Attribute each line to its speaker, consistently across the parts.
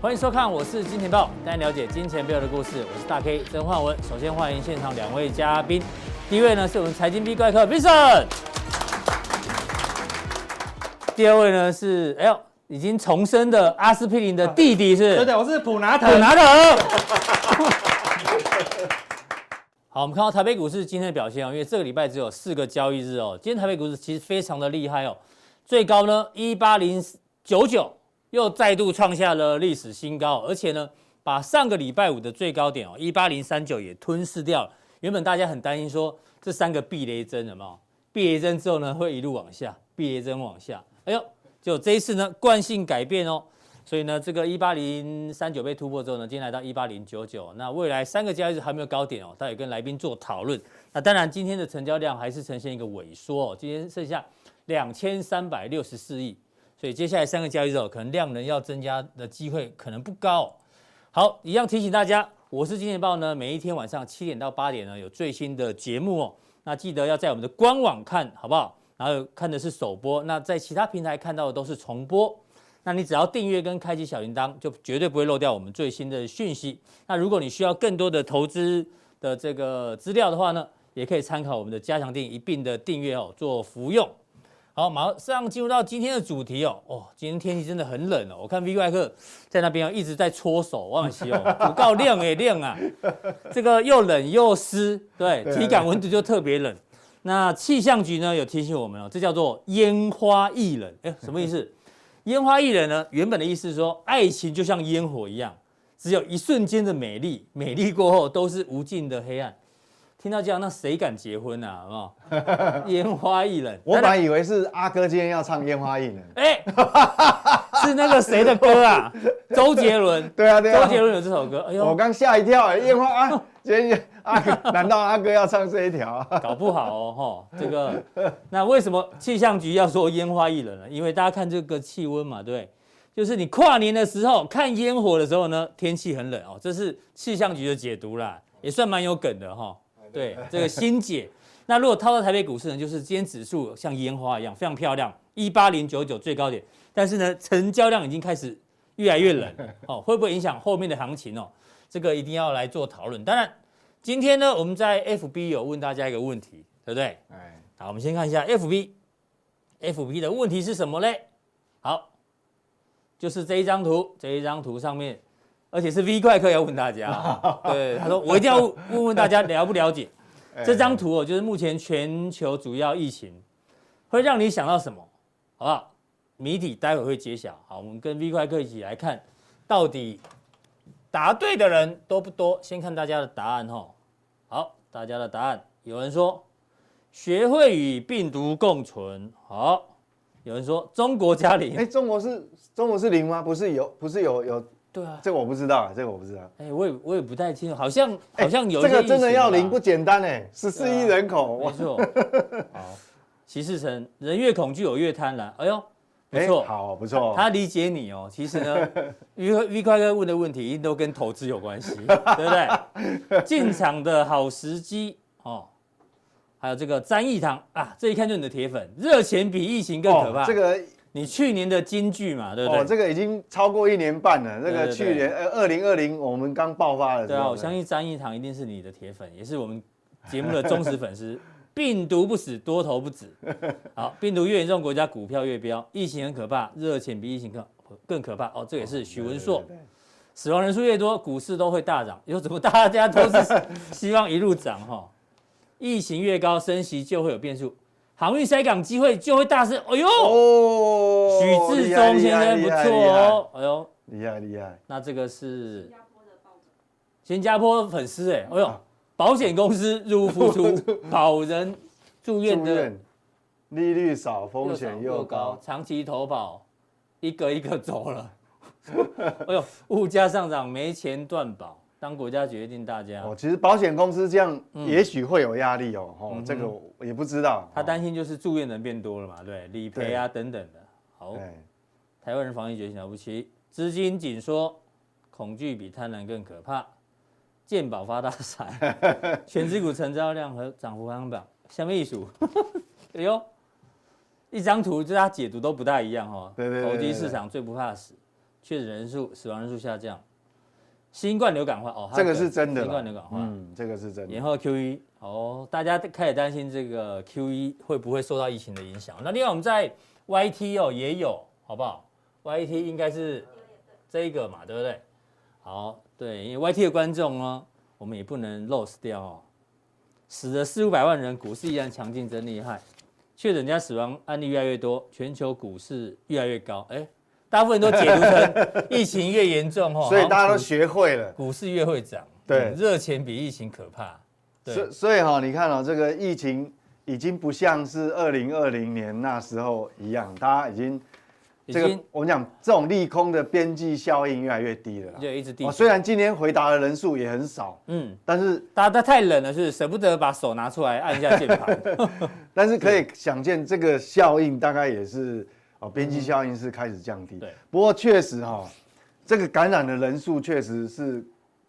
Speaker 1: 欢迎收看，我是金钱豹，带您了解金钱背后的故事。我是大 K 曾焕文。首先欢迎现场两位嘉宾，第一位呢是我们财经 B 怪客 Vincent，第二位呢是哎呦已经重生的阿司匹林的弟弟
Speaker 2: 对
Speaker 1: 是
Speaker 2: 对，我是普拿
Speaker 1: 普
Speaker 2: 藤。
Speaker 1: 拿特。 好，我们看到台北股市今天的表现哦，因为这个礼拜只有四个交易日哦。今天台北股市其实非常的厉害哦，最高呢一八零九九又再度创下了历史新高哦，而且呢把上个礼拜五的最高点哦一八零三九也吞噬掉了。原本大家很担心说这三个避雷针有没有？避雷针之后呢会一路往下，避雷针往下，哎呦，就这一次呢惯性改变哦。所以呢，这个一八零三九被突破之后呢，今天来到一八零九九，那未来三个交易日还没有高点哦，待会跟来宾做讨论。那当然，今天的成交量还是呈现一个萎缩哦，今天剩下两千三百六十四亿，所以接下来三个交易日哦，可能量能要增加的机会可能不高、哦。好，一样提醒大家，我是金钱豹呢，每一天晚上七点到八点呢有最新的节目哦，那记得要在我们的官网看好不好？然后看的是首播，那在其他平台看到的都是重播。那你只要订阅跟开启小铃铛，就绝对不会漏掉我们最新的讯息。那如果你需要更多的投资的这个资料的话呢，也可以参考我们的加强定一并的订阅哦，做服用。好，马上进入到今天的主题哦。哦，今天天气真的很冷哦。我看 V 怪客在那边哦，一直在搓手，忘记 哦，不告亮哎亮啊，这个又冷又湿，对，
Speaker 2: 对啊
Speaker 1: 体感温度就特别冷。那气象局呢有提醒我们哦，这叫做烟花易冷，哎，什么意 思？烟花易冷呢，原本的意思是说，爱情就像烟火一样，只有一瞬间的美丽，美丽过后都是无尽的黑暗。听到这样，那谁敢结婚啊？好不好？ 烟花易冷，
Speaker 3: 我本来以为是阿哥今天要唱《烟花易呢。
Speaker 1: 哎，是那个谁的歌啊？周杰伦。
Speaker 3: 对啊，对
Speaker 1: 周
Speaker 3: 啊，
Speaker 1: 杰伦有这首歌，哎
Speaker 3: 我
Speaker 1: 呦，
Speaker 3: 刚吓一跳，烟花 啊，今天阿哥，难道阿哥要唱这一条啊？
Speaker 1: 搞不好哦，哈，这个，那为什么气象局要说烟花易冷呢？因为大家看这个气温嘛，对不对，就是你跨年的时候看烟火的时候呢，天气很冷哦，这是气象局的解读啦，也算蛮有梗的哈、对，这个新解。那如果套到台北股市呢，就是今天指数像烟花一样非常漂亮，一八零九九最高点，但是呢，成交量已经开始越来越冷了哦，会不会影响后面的行情哦？这个一定要来做讨论。当然，今天呢，我们在 FB 有问大家一个问题，对不对？
Speaker 3: 哎，
Speaker 1: 好，我们先看一下 FB，FB 的问题是什么嘞？好，就是这一张图，这一张图上面，而且是 V 怪客要问大家哦，对，他说我一定要问问大家了不了解这张图哦，就是目前全球主要疫情会让你想到什么，好不好？谜底待会会揭晓。好，我们跟 V 怪客一起来看，到底答对的人多不多？先看大家的答案哈。好，大家的答案，有人说学会与病毒共存。好，有人说中国加零。
Speaker 3: 哎，中国是中国是零吗？不是有，不是有有，
Speaker 1: 对啊，
Speaker 3: 这个我不知道啊，这个我不知道。
Speaker 1: 哎、我也我也不太清楚，好像
Speaker 3: 哎
Speaker 1: 好像有一
Speaker 3: 这
Speaker 1: 些
Speaker 3: 个真的
Speaker 1: 疫情吧啊
Speaker 3: 要零不简单哎，十四亿人口，
Speaker 1: 没
Speaker 3: 哇，
Speaker 1: 错。好，骑士城，人越恐惧，我越贪婪。哎呦，不
Speaker 3: 哎
Speaker 1: 错，
Speaker 3: 好不错，
Speaker 1: 他理解你哦。其实 呢，V V 快哥问的问题一定都跟投资有关 系，对不对？进场的好时机哦，还有这个詹益堂啊，这一看就是你的铁粉，热钱比疫情更可怕。
Speaker 3: 哦这个
Speaker 1: 你去年的金句嘛，对不对？
Speaker 3: 哦，这个已经超过一年半了，这
Speaker 1: 对对
Speaker 3: 个去年呃二零二零我们刚爆发的时
Speaker 1: 对
Speaker 3: 候，
Speaker 1: 啊，我相信张一堂一定是你的铁粉，也是我们节目的忠实粉丝。 病毒不死，多头不止。好，病毒越严重，国家股票越飙，疫情很可怕，热钱比疫情更更可怕。哦，这也是许文硕。
Speaker 3: 对对对
Speaker 1: 死亡人数越多，股市都会大涨。又怎么大家都是希望一路涨哈、疫情越高，升息就会有变数，航运塞港机会就会大升。哎呦，
Speaker 3: 哦，
Speaker 1: 许志
Speaker 3: 厉害
Speaker 1: 忠先生不错，哦。哎呦，
Speaker 3: 厉害厉害厉害厉害。
Speaker 1: 那这个是新加坡粉丝
Speaker 3: 嗯
Speaker 1: 哎，哎呦，保险公司入不出保人住院
Speaker 3: 住
Speaker 1: 的
Speaker 3: 院利率少，风
Speaker 1: 又
Speaker 3: 险
Speaker 1: 少
Speaker 3: 又高，
Speaker 1: 长期投保一个一个走了。 哎呦，物价上涨没钱断保，当国家决定大家，
Speaker 3: 哦，其实保险公司这样也许会有压力哦，哦，这个我也不知道。
Speaker 1: 嗯他担
Speaker 3: 心，
Speaker 1: 心就是住院人变多了嘛，对，理赔啊等等的。好，
Speaker 3: 哎，
Speaker 1: 台湾人防疫觉醒了不起，资金紧缩，恐惧比贪婪更可怕，健保发大财， 全指股成交量和涨幅排行榜，下面一数， 哎呦，一张图，这他解读都不大一样哦。
Speaker 3: 对对对对
Speaker 1: 投机市场最不怕死，确诊人数、死亡人数下降，新冠流感化哦，它
Speaker 3: 这个
Speaker 1: 的
Speaker 3: 是真的
Speaker 1: 新冠
Speaker 3: 啦
Speaker 1: 流感。化，
Speaker 3: 嗯，这个是真
Speaker 1: 延
Speaker 3: 的。
Speaker 1: 后 Q 一哦，大家开始担心这个 Q 一会不会受到疫情的影响。那另外我们在 YT 哦也有，好不好？YT 应该是这一个嘛，对不对？好，对，因为 YT 的观众呢，我们也不能 lose 掉哦。死了四五百万人，股市依然强劲，真厉害。确诊加死亡案例越来越多，全球股市越来越高。哎，大部分都解读成 疫情越严重哦，
Speaker 3: 所以大家
Speaker 1: 好像
Speaker 3: 都学会了。
Speaker 1: 股股市越会涨。
Speaker 3: 对
Speaker 1: 嗯热钱比疫情可怕。对。
Speaker 3: 所所以哈、你看哦，这个疫情已经不像是二零二零年那时候一样，大家已经
Speaker 1: 已
Speaker 3: 这个
Speaker 1: 经
Speaker 3: 我们讲这种利空的边际效应越来越低了啦。
Speaker 1: 就一直递
Speaker 3: 哦，
Speaker 1: 减。
Speaker 3: 虽然今天回答的人数也很少，
Speaker 1: 嗯，
Speaker 3: 但是
Speaker 1: 大家都太冷了，是不是舍不得把手拿出来按一下键 盘。
Speaker 3: 但是可以想见，这个效应大概也是哦，边际效应是开始降低。
Speaker 1: 嗯对，
Speaker 3: 不过确实哈、这个感染的人数确实是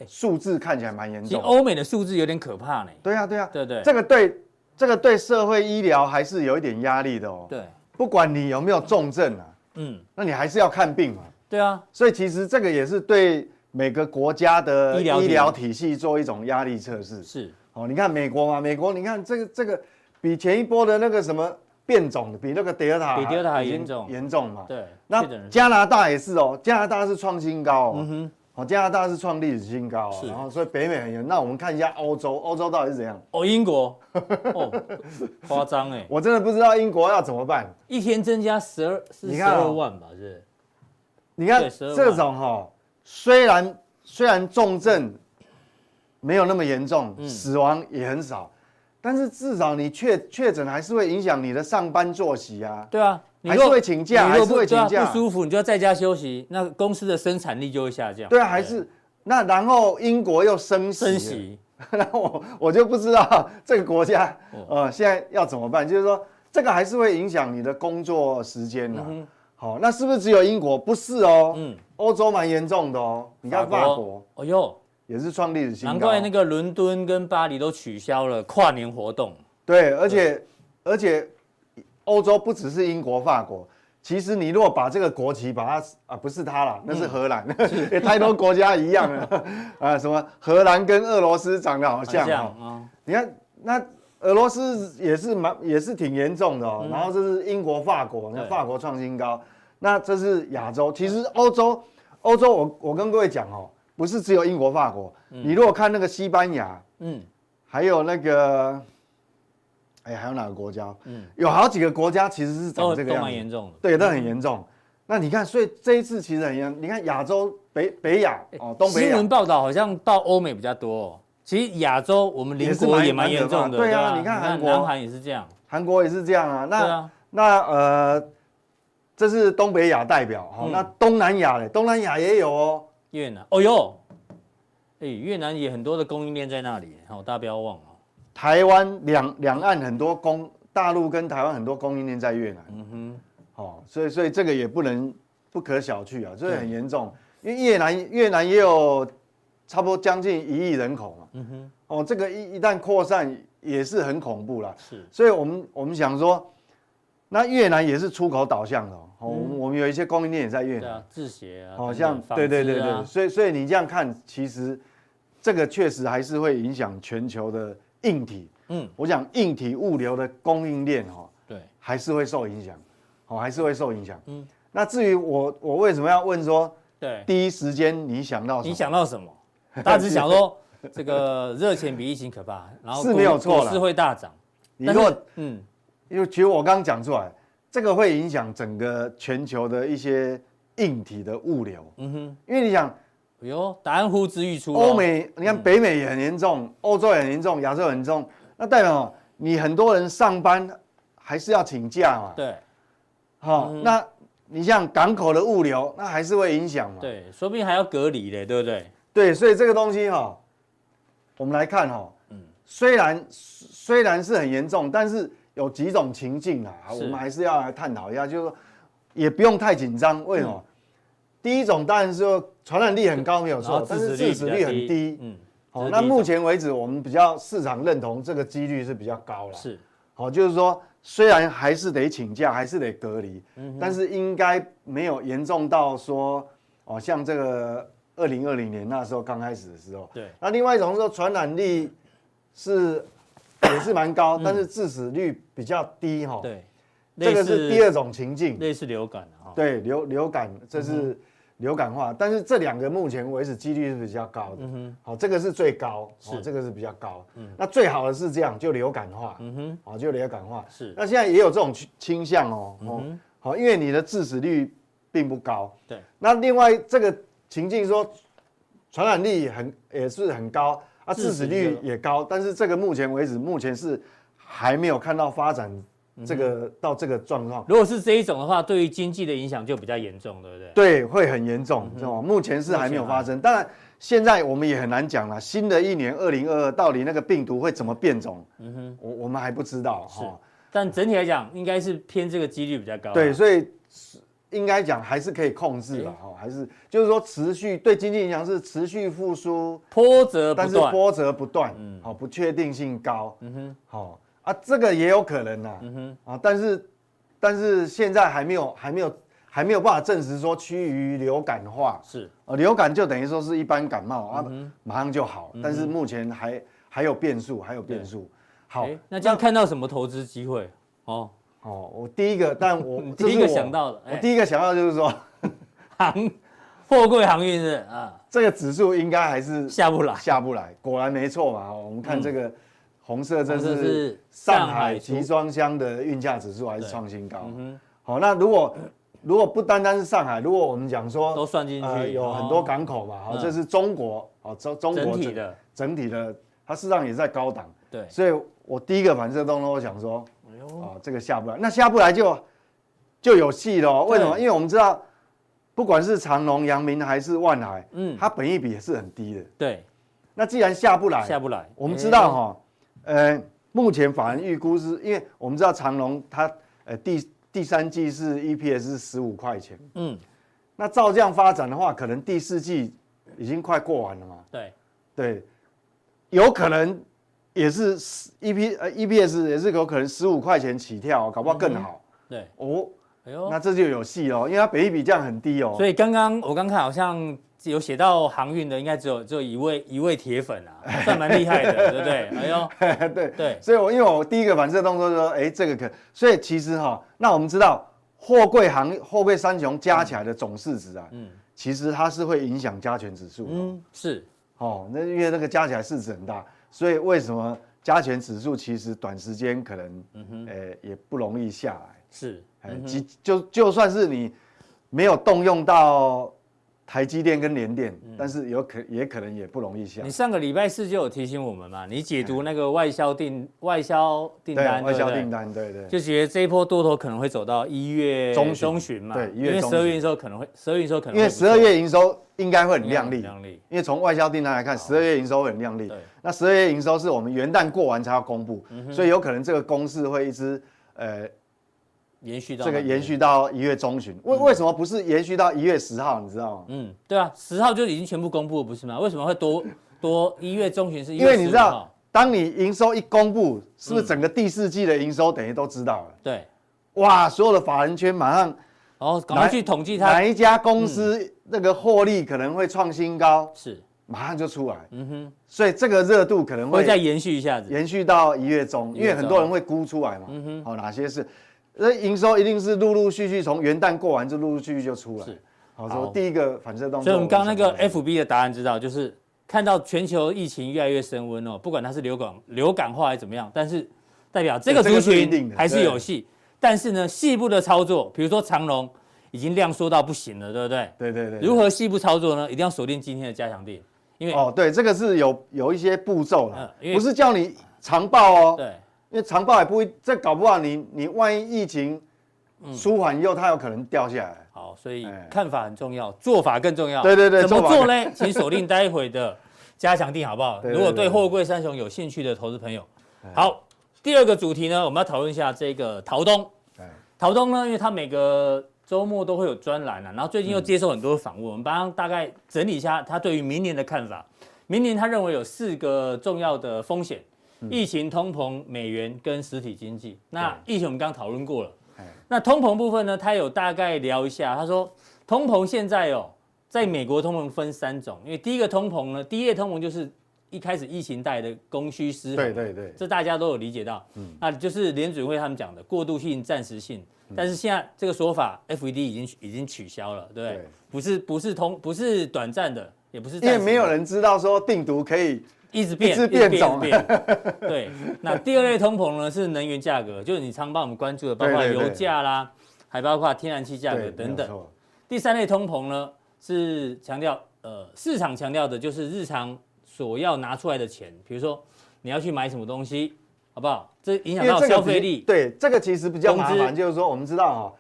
Speaker 3: 数字看起来蛮严
Speaker 1: 哎其实
Speaker 3: 重的。
Speaker 1: 欧美的数字有点可怕呢。
Speaker 3: 对啊，对啊，
Speaker 1: 对对
Speaker 3: 这个对这个对社会医疗还是有一点压力的哦。
Speaker 1: 对，
Speaker 3: 不管你有没有重症啊，
Speaker 1: 嗯，
Speaker 3: 那你还是要看病嘛。
Speaker 1: 对啊，
Speaker 3: 所以其实这个也是对每个国家的
Speaker 1: 医疗体
Speaker 3: 医疗体系做一种压力测试。
Speaker 1: 是，
Speaker 3: 哦，你看美国嘛，美国你看这个这个比前一波的那个什么变种，比那个德尔塔
Speaker 1: 比 Delta 还
Speaker 3: 已经
Speaker 1: 严重
Speaker 3: 严重嘛。
Speaker 1: 对。确诊
Speaker 3: 那
Speaker 1: 人数嗯
Speaker 3: 加拿大也是哦，加拿大是创新高哦，哦，加拿大是创历史新高、哦，
Speaker 1: 是
Speaker 3: 然后所以北美很严。那我们看一下欧洲，欧洲到底是怎样？
Speaker 1: 哦，英国，哦，夸张哎，
Speaker 3: 我真的不知道英国要怎么办。
Speaker 1: 一天增加十二是
Speaker 3: 你
Speaker 1: 十
Speaker 3: 看
Speaker 1: 二
Speaker 3: 哦
Speaker 1: 万吧？是不是，
Speaker 3: 你看
Speaker 1: 对12万
Speaker 3: 这种哈、哦，虽然虽然重症没有那么严重，
Speaker 1: 嗯
Speaker 3: 死亡也很少，但是至少你确确诊还是会影响你的上班作息啊。
Speaker 1: 对啊，你
Speaker 3: 还
Speaker 1: 若
Speaker 3: 是会请假
Speaker 1: 你若
Speaker 3: 还是会
Speaker 1: 不对啊
Speaker 3: 请假
Speaker 1: 不舒服你就要在家休息，那公司的生产力就会下降。
Speaker 3: 对啊，还是那然后英国又升息了，
Speaker 1: 升 息，
Speaker 3: 然后我我就不知道这个国家
Speaker 1: 哦
Speaker 3: 呃现在要怎么办，就是说这个还是会影响你的工作时间呐、好，那是不是只有英国？不是哦，
Speaker 1: 嗯
Speaker 3: 嗯，欧洲蛮严重的哦。你看法国，
Speaker 1: 哦哟，
Speaker 3: 也是创历史新高，
Speaker 1: 难怪那个伦敦跟巴黎都取消了跨年活动。
Speaker 3: 对，而且而且欧洲不只是英国、法国。其实你如果把这个国旗把它啊不是它啦，那是荷 兰，也太多国家一样 了啊，什么荷兰跟俄罗斯长得好像
Speaker 1: 这样
Speaker 3: 哦，
Speaker 1: 啊，
Speaker 3: 你看，那俄罗斯也是蛮也是挺严重的哦。然后这是英国、法国，那
Speaker 1: 对
Speaker 3: 法国创新高。那这是亚洲，其实欧洲，欧洲我我跟各位讲哦，不是只有英国、法国。你如果看那个西班牙，
Speaker 1: 嗯，
Speaker 3: 还有那个，哎，还有哪个国家？嗯，有好几个国家其实是
Speaker 1: 都
Speaker 3: 长这个
Speaker 1: 哦都
Speaker 3: 样
Speaker 1: 蛮
Speaker 3: 子，
Speaker 1: 严重的。嗯
Speaker 3: 对，都很严重。那你看，所以这一次其实很严重。你看亚洲北北亚哦，东北
Speaker 1: 哎新
Speaker 3: 亚
Speaker 1: 闻报道好像到欧美比较多、哦，其实亚洲我们邻国
Speaker 3: 也是蛮
Speaker 1: 也蛮严重的。
Speaker 3: 蛮可怕对啊
Speaker 1: 吧
Speaker 3: 你看韩国
Speaker 1: 南韩也是这样。
Speaker 3: 韩国也是这样啊。
Speaker 1: 对
Speaker 3: 那
Speaker 1: 啊，
Speaker 3: 那呃，这是东北亚代表哈、哦
Speaker 1: 嗯
Speaker 3: 那东南亚嘞，东南亚也有哦。
Speaker 1: 越南，哦哟，哎，越南也很多的供应链在那里，好、大家不要忘了。
Speaker 3: 台湾两两岸很多供，大陆跟台湾很多供应链在越南，
Speaker 1: 嗯哼，
Speaker 3: 哦，所以所以这个也不能不可小觑啊，这
Speaker 1: 对
Speaker 3: 个很严重。因为越南越南也有差不多将近一亿人口嘛，
Speaker 1: 嗯哼，
Speaker 3: 哦，这个一一旦扩散也是很恐怖啦。
Speaker 1: 是，
Speaker 3: 所以我们我们想说，那越南也是出口导向的哦，哦我们我们有一些供应链也在越
Speaker 1: 嗯对
Speaker 3: 南。
Speaker 1: 啊，制鞋啊，
Speaker 3: 好像
Speaker 1: 等等
Speaker 3: 对对对
Speaker 1: 纺织啊
Speaker 3: 对，所以所以你这样看，其实这个确实还是会影响全球的硬体。
Speaker 1: 嗯，
Speaker 3: 我讲硬体物流的供应链哈，
Speaker 1: 对，
Speaker 3: 还是会受影响，哦，还是会受影响。
Speaker 1: 嗯
Speaker 3: 嗯，那至于我我为什么要问说
Speaker 1: 对，
Speaker 3: 第一时间 你想到什么？
Speaker 1: 你想到什么？ 大家只想说这个热钱比疫情可怕，然后
Speaker 3: 是没有
Speaker 1: 股
Speaker 3: 错啦
Speaker 1: 股市会大涨。
Speaker 3: 你
Speaker 1: 但
Speaker 3: 如
Speaker 1: 是
Speaker 3: 果
Speaker 1: 嗯，
Speaker 3: 因为其实我刚刚讲出来，这个会影响整个全球的一些硬体的物流。
Speaker 1: 嗯哼，
Speaker 3: 因为你想
Speaker 1: 哎呦，答案呼之欲出、哦。
Speaker 3: 欧美，你看北美也很严重，欧洲也很严重，亚洲也很严重，那代表哦你很多人上班还是要请假嘛，
Speaker 1: 对嗯
Speaker 3: 好、那你像港口的物流，那还是会影响嘛，
Speaker 1: 对，说不定还要隔离嘞，对不对？
Speaker 3: 对，所以这个东西哈、我们来看哈、虽然虽然是很严重，但是有几种情境啊，
Speaker 1: 是
Speaker 3: 我们还是要来探讨一下，就是说也不用太紧张，为什么？第一种当然是说传染力很高没有
Speaker 1: 然后
Speaker 3: 错，但是致
Speaker 1: 比
Speaker 3: 死
Speaker 1: 较
Speaker 3: 率很低，
Speaker 1: 嗯，
Speaker 3: 好、
Speaker 1: 这是
Speaker 3: 那
Speaker 1: 第一种
Speaker 3: 目前为止，我们比较市场认同这个几率是比较高了。，
Speaker 1: 是
Speaker 3: 好、就是说虽然还
Speaker 1: 嗯
Speaker 3: 是得请假，还是得隔离，但是应该没有严重到说哦，像这个二零二零年那时候刚开始的时候，
Speaker 1: 对
Speaker 3: 那另外一种是说传染力是也是蛮高，但是致死率比较低哈、哦。，
Speaker 1: 嗯对，
Speaker 3: 这个
Speaker 1: 类似
Speaker 3: 是第二种情境。
Speaker 1: 类似流感啊，
Speaker 3: 对，流流感这是流感化，但是这两个目前为止几率是比较高的。好，这个是最高，哦
Speaker 1: 是，
Speaker 3: 这个嗯是比较高。那最好的是这样，就流感化。嗯哼，好，就流感化。
Speaker 1: 是
Speaker 3: 那现在也有这种倾倾向哦。哦，好，因为你的致死率并不高。
Speaker 1: 对，
Speaker 3: 那另外这个情境说，传染力很也是很高啊，致
Speaker 1: 致
Speaker 3: 死
Speaker 1: 死
Speaker 3: 率
Speaker 1: 率
Speaker 3: 也高，但是这个目前为止，目前是还没有看到发展这个、到这个状况。
Speaker 1: 如果是这一种的话，对于经济的影响就比较严重，对不对？
Speaker 3: 对，会很严重，知道吗？嗯目前是还没有发生，当然现在我们也很难讲了。新的一年二零二二，到底那个病毒会怎么变种？嗯哼，我我们还不知道
Speaker 1: 是
Speaker 3: 哈。
Speaker 1: 但整体来讲，应该是偏这个几率比较高啊。
Speaker 3: 对，所以应该讲还是可以控制的
Speaker 1: 诶
Speaker 3: 哈，还是就是说持续对经济影响是持续复苏，
Speaker 1: 波折
Speaker 3: 但
Speaker 1: 不
Speaker 3: 是
Speaker 1: 断。
Speaker 3: 波折不断，好，不确定性高，嗯哼，好啊，这个也有可能呐，嗯哼，啊，但是但是现在还没有还没有还没有办法证实说趋于流感化，
Speaker 1: 是
Speaker 3: 哦，流感就等于说是一般感冒
Speaker 1: 嗯
Speaker 3: 啊，马上就好，但是目前还还有变数，还有变数。好
Speaker 1: 诶，那这样看到什么投资机会？哦，
Speaker 3: 哦，我第一个，但 我
Speaker 1: 你
Speaker 3: 这是
Speaker 1: 第一个
Speaker 3: 我
Speaker 1: 想到的
Speaker 3: 我
Speaker 1: 哎
Speaker 3: 第一个想到就是说，
Speaker 1: 航货柜航运是啊，
Speaker 3: 这个指数应该还是
Speaker 1: 下不来。
Speaker 3: 下不来，果然没错嘛。哦我们看这个红色，这
Speaker 1: 红色
Speaker 3: 是
Speaker 1: 是
Speaker 3: 上
Speaker 1: 上
Speaker 3: 海
Speaker 1: 海
Speaker 3: 集
Speaker 1: 出嗯
Speaker 3: 装箱的运价指数还是创新高
Speaker 1: 哼。
Speaker 3: 好，那如果如果不单单是上海，如果我们讲说
Speaker 1: 都算进去
Speaker 3: 呃有
Speaker 1: 哦
Speaker 3: 很多港口嘛，好，
Speaker 1: 嗯
Speaker 3: 这是中国，好，中中国
Speaker 1: 整体
Speaker 3: 整
Speaker 1: 的
Speaker 3: 整体的，它事实上也在高档，
Speaker 1: 对，
Speaker 3: 所以我第一个反射动作，我想说
Speaker 1: 哎呦，
Speaker 3: 啊，这个下不来，那下不来就就有戏了哦。为什么？
Speaker 1: 对
Speaker 3: 因为我们知道，不管是长隆、阳明还是万海，嗯
Speaker 1: 嗯，
Speaker 3: 它本益比也是很低的。
Speaker 1: 对，
Speaker 3: 那既然下不来，哎
Speaker 1: 下不来。哎
Speaker 3: 我们知道哈，呃，目前法人预估是因为我们知道长隆它呃第第三季是 EPS 是十五块钱，
Speaker 1: 诶，嗯，
Speaker 3: 那照这样发展的话，可能第四季已经快过完了嘛，
Speaker 1: 对，
Speaker 3: 对，有可能也是 E P 呃 EPS 也是有可能十五块钱起跳哦，搞不好更好、
Speaker 1: 对，
Speaker 3: 哦，
Speaker 1: 哎呦，
Speaker 3: 那这就有戏哦，因为它本益比这样很低哦，
Speaker 1: 所以刚刚我刚看好像有写到航运的，应该只有只有一位一位铁粉啊，算蛮厉害 的，对不对？哎呦，
Speaker 3: 哎对
Speaker 1: 对
Speaker 3: 所以我因为我第一个反射动作就说，哎、这个可，所以其实哈、那我们知道货柜行货柜三雄加起来的总市值啊，嗯，其实它是会影响加权指数的、
Speaker 1: 嗯，是
Speaker 3: 哦，那因为那个加起来市值很大，所以为什么加权指数其实短时间可能，嗯哼，呃，也不容易下来，
Speaker 1: 是，
Speaker 3: 哎、即就就算是你没有动用到台积电跟联电，但是有可也可能也不容易下
Speaker 1: 嗯你。上个礼拜四就有提醒我们嘛，你解读那个外销订外销订
Speaker 3: 哎对，
Speaker 1: 单，
Speaker 3: 外
Speaker 1: 对
Speaker 3: 销
Speaker 1: 不对
Speaker 3: 订单，对对，
Speaker 1: 就觉得这一波多头可能会走到一月
Speaker 3: 中旬
Speaker 1: 嘛，
Speaker 3: 对一
Speaker 1: 因
Speaker 3: 月
Speaker 1: 为
Speaker 3: 中
Speaker 1: 十
Speaker 3: 旬
Speaker 1: 二月的时候可能会，十二月的时候可能
Speaker 3: 因为
Speaker 1: 会不
Speaker 3: 十二
Speaker 1: 错
Speaker 3: 月营收应该会很亮丽，
Speaker 1: 亮丽，
Speaker 3: 因为从外销订单来看，十二月营收会很亮丽
Speaker 1: 对。嗯
Speaker 3: 那十二月营收是我们元旦过完才要公布，所以有可能这个公式会一直呃
Speaker 1: 延续到
Speaker 3: 这个
Speaker 1: 那边
Speaker 3: 延，续到一月中旬。为为什么不是延续到一月十号？你知道吗？
Speaker 1: 嗯，对啊，十号就已经全部公布了，不是吗？为什么会多多一月中旬是1月
Speaker 3: 因为你知
Speaker 1: 15
Speaker 3: 道
Speaker 1: 号，，嗯
Speaker 3: 当你营收一公布，是不是整个第四季的营收等于都知道了？
Speaker 1: 对，
Speaker 3: 哇，所有的法人圈马上
Speaker 1: 然后赶快去统计它
Speaker 3: 哪，一家公
Speaker 1: 嗯
Speaker 3: 司那个获利可能会创新高，
Speaker 1: 是
Speaker 3: 马上就出来。嗯哼，所以这个热度可能
Speaker 1: 会
Speaker 3: 会
Speaker 1: 再延续一下子，
Speaker 3: 延续到一月中，因
Speaker 1: 1月
Speaker 3: 为
Speaker 1: 中嗯
Speaker 3: 很多人会估出来嘛。好、哪些是？那营收一定是陆陆续续从元旦过完就陆陆续续就出来
Speaker 1: 是。
Speaker 3: 好，
Speaker 1: 好
Speaker 3: 所以第一个反射动作。
Speaker 1: 所以我们刚刚那个
Speaker 3: 我想
Speaker 1: FB 的答案知道，就是看到全球疫情越来越升温哦，不管它是流感流感化还是怎么样，但是代表这个
Speaker 3: 对这
Speaker 1: 族
Speaker 3: 个是一定
Speaker 1: 群
Speaker 3: 的
Speaker 1: 还是有戏。但是呢，细部的操作，比如说长龙已经量缩到不行了，对不对？
Speaker 3: 对对对，
Speaker 1: 如何细部操作呢？一定要锁定今天的加强定，因为、
Speaker 3: 哦，对，这个是有有一些步骤了，
Speaker 1: 嗯因为
Speaker 3: 不是叫你长报哦，
Speaker 1: 对
Speaker 3: 因为长报也不会，这搞不好你你万一疫情
Speaker 1: 嗯
Speaker 3: 舒缓以后，它有可能掉下来。
Speaker 1: 好，所以
Speaker 3: 哎
Speaker 1: 看法很重要，做法更重要。
Speaker 3: 对对对
Speaker 1: 怎么
Speaker 3: 做
Speaker 1: 做
Speaker 3: 法
Speaker 1: 呢？ 请锁定待会的加强定，好不好？
Speaker 3: 对对对
Speaker 1: 如果对货柜三雄有兴趣的投资朋友，好，第二个主题呢，我们要讨论一下这个陶东
Speaker 3: 哎。
Speaker 1: 陶东呢，因为他每个周末都会有专栏啊，然后最近又接受很多
Speaker 3: 嗯
Speaker 1: 访问，我们帮他大概整理一下他对于明年的看法。明年他认为有四个重要的风险：
Speaker 3: 嗯
Speaker 1: 疫情、通膨、美元跟实体经济。那疫情我们刚刚讨论过了
Speaker 3: 哎。
Speaker 1: 那通膨部分呢，他有大概聊一下，他说通膨现在哦，在美国通膨分三种，因为第一个通膨呢，第一类通膨就是一开始疫情带来的供需失衡，
Speaker 3: 对对对，
Speaker 1: 这大家都有理解到。嗯，那就是联准会他们讲的过渡性、暂时性，
Speaker 3: 嗯
Speaker 1: 但是现在这个说法，FED 已经已经取消了，对不对？
Speaker 3: 对
Speaker 1: 不是不是通不是短暂的，也不是
Speaker 3: 因
Speaker 1: 暂
Speaker 3: 为
Speaker 1: 时的
Speaker 3: 没有人知道说病毒可以
Speaker 1: 一直变，
Speaker 3: 一直
Speaker 1: 变
Speaker 3: 变种
Speaker 1: 一直变对，那第二类通膨呢是能源价格，就是你常帮我们关注的，包括
Speaker 3: 对对对
Speaker 1: 油价啦，还包括天然气价格
Speaker 3: 对
Speaker 1: 等
Speaker 3: 没有
Speaker 1: 等。
Speaker 3: 错
Speaker 1: 第三类通膨呢是强调呃市场强调的就是日常所要拿出来的钱，比如说你要去买什么东西，好不好？这影响
Speaker 3: 因
Speaker 1: 到
Speaker 3: 为这个
Speaker 1: 消费
Speaker 3: 比
Speaker 1: 力。
Speaker 3: 对，这个其实比较麻
Speaker 1: 工
Speaker 3: 烦，
Speaker 1: 资
Speaker 3: 就是说我们知道哈、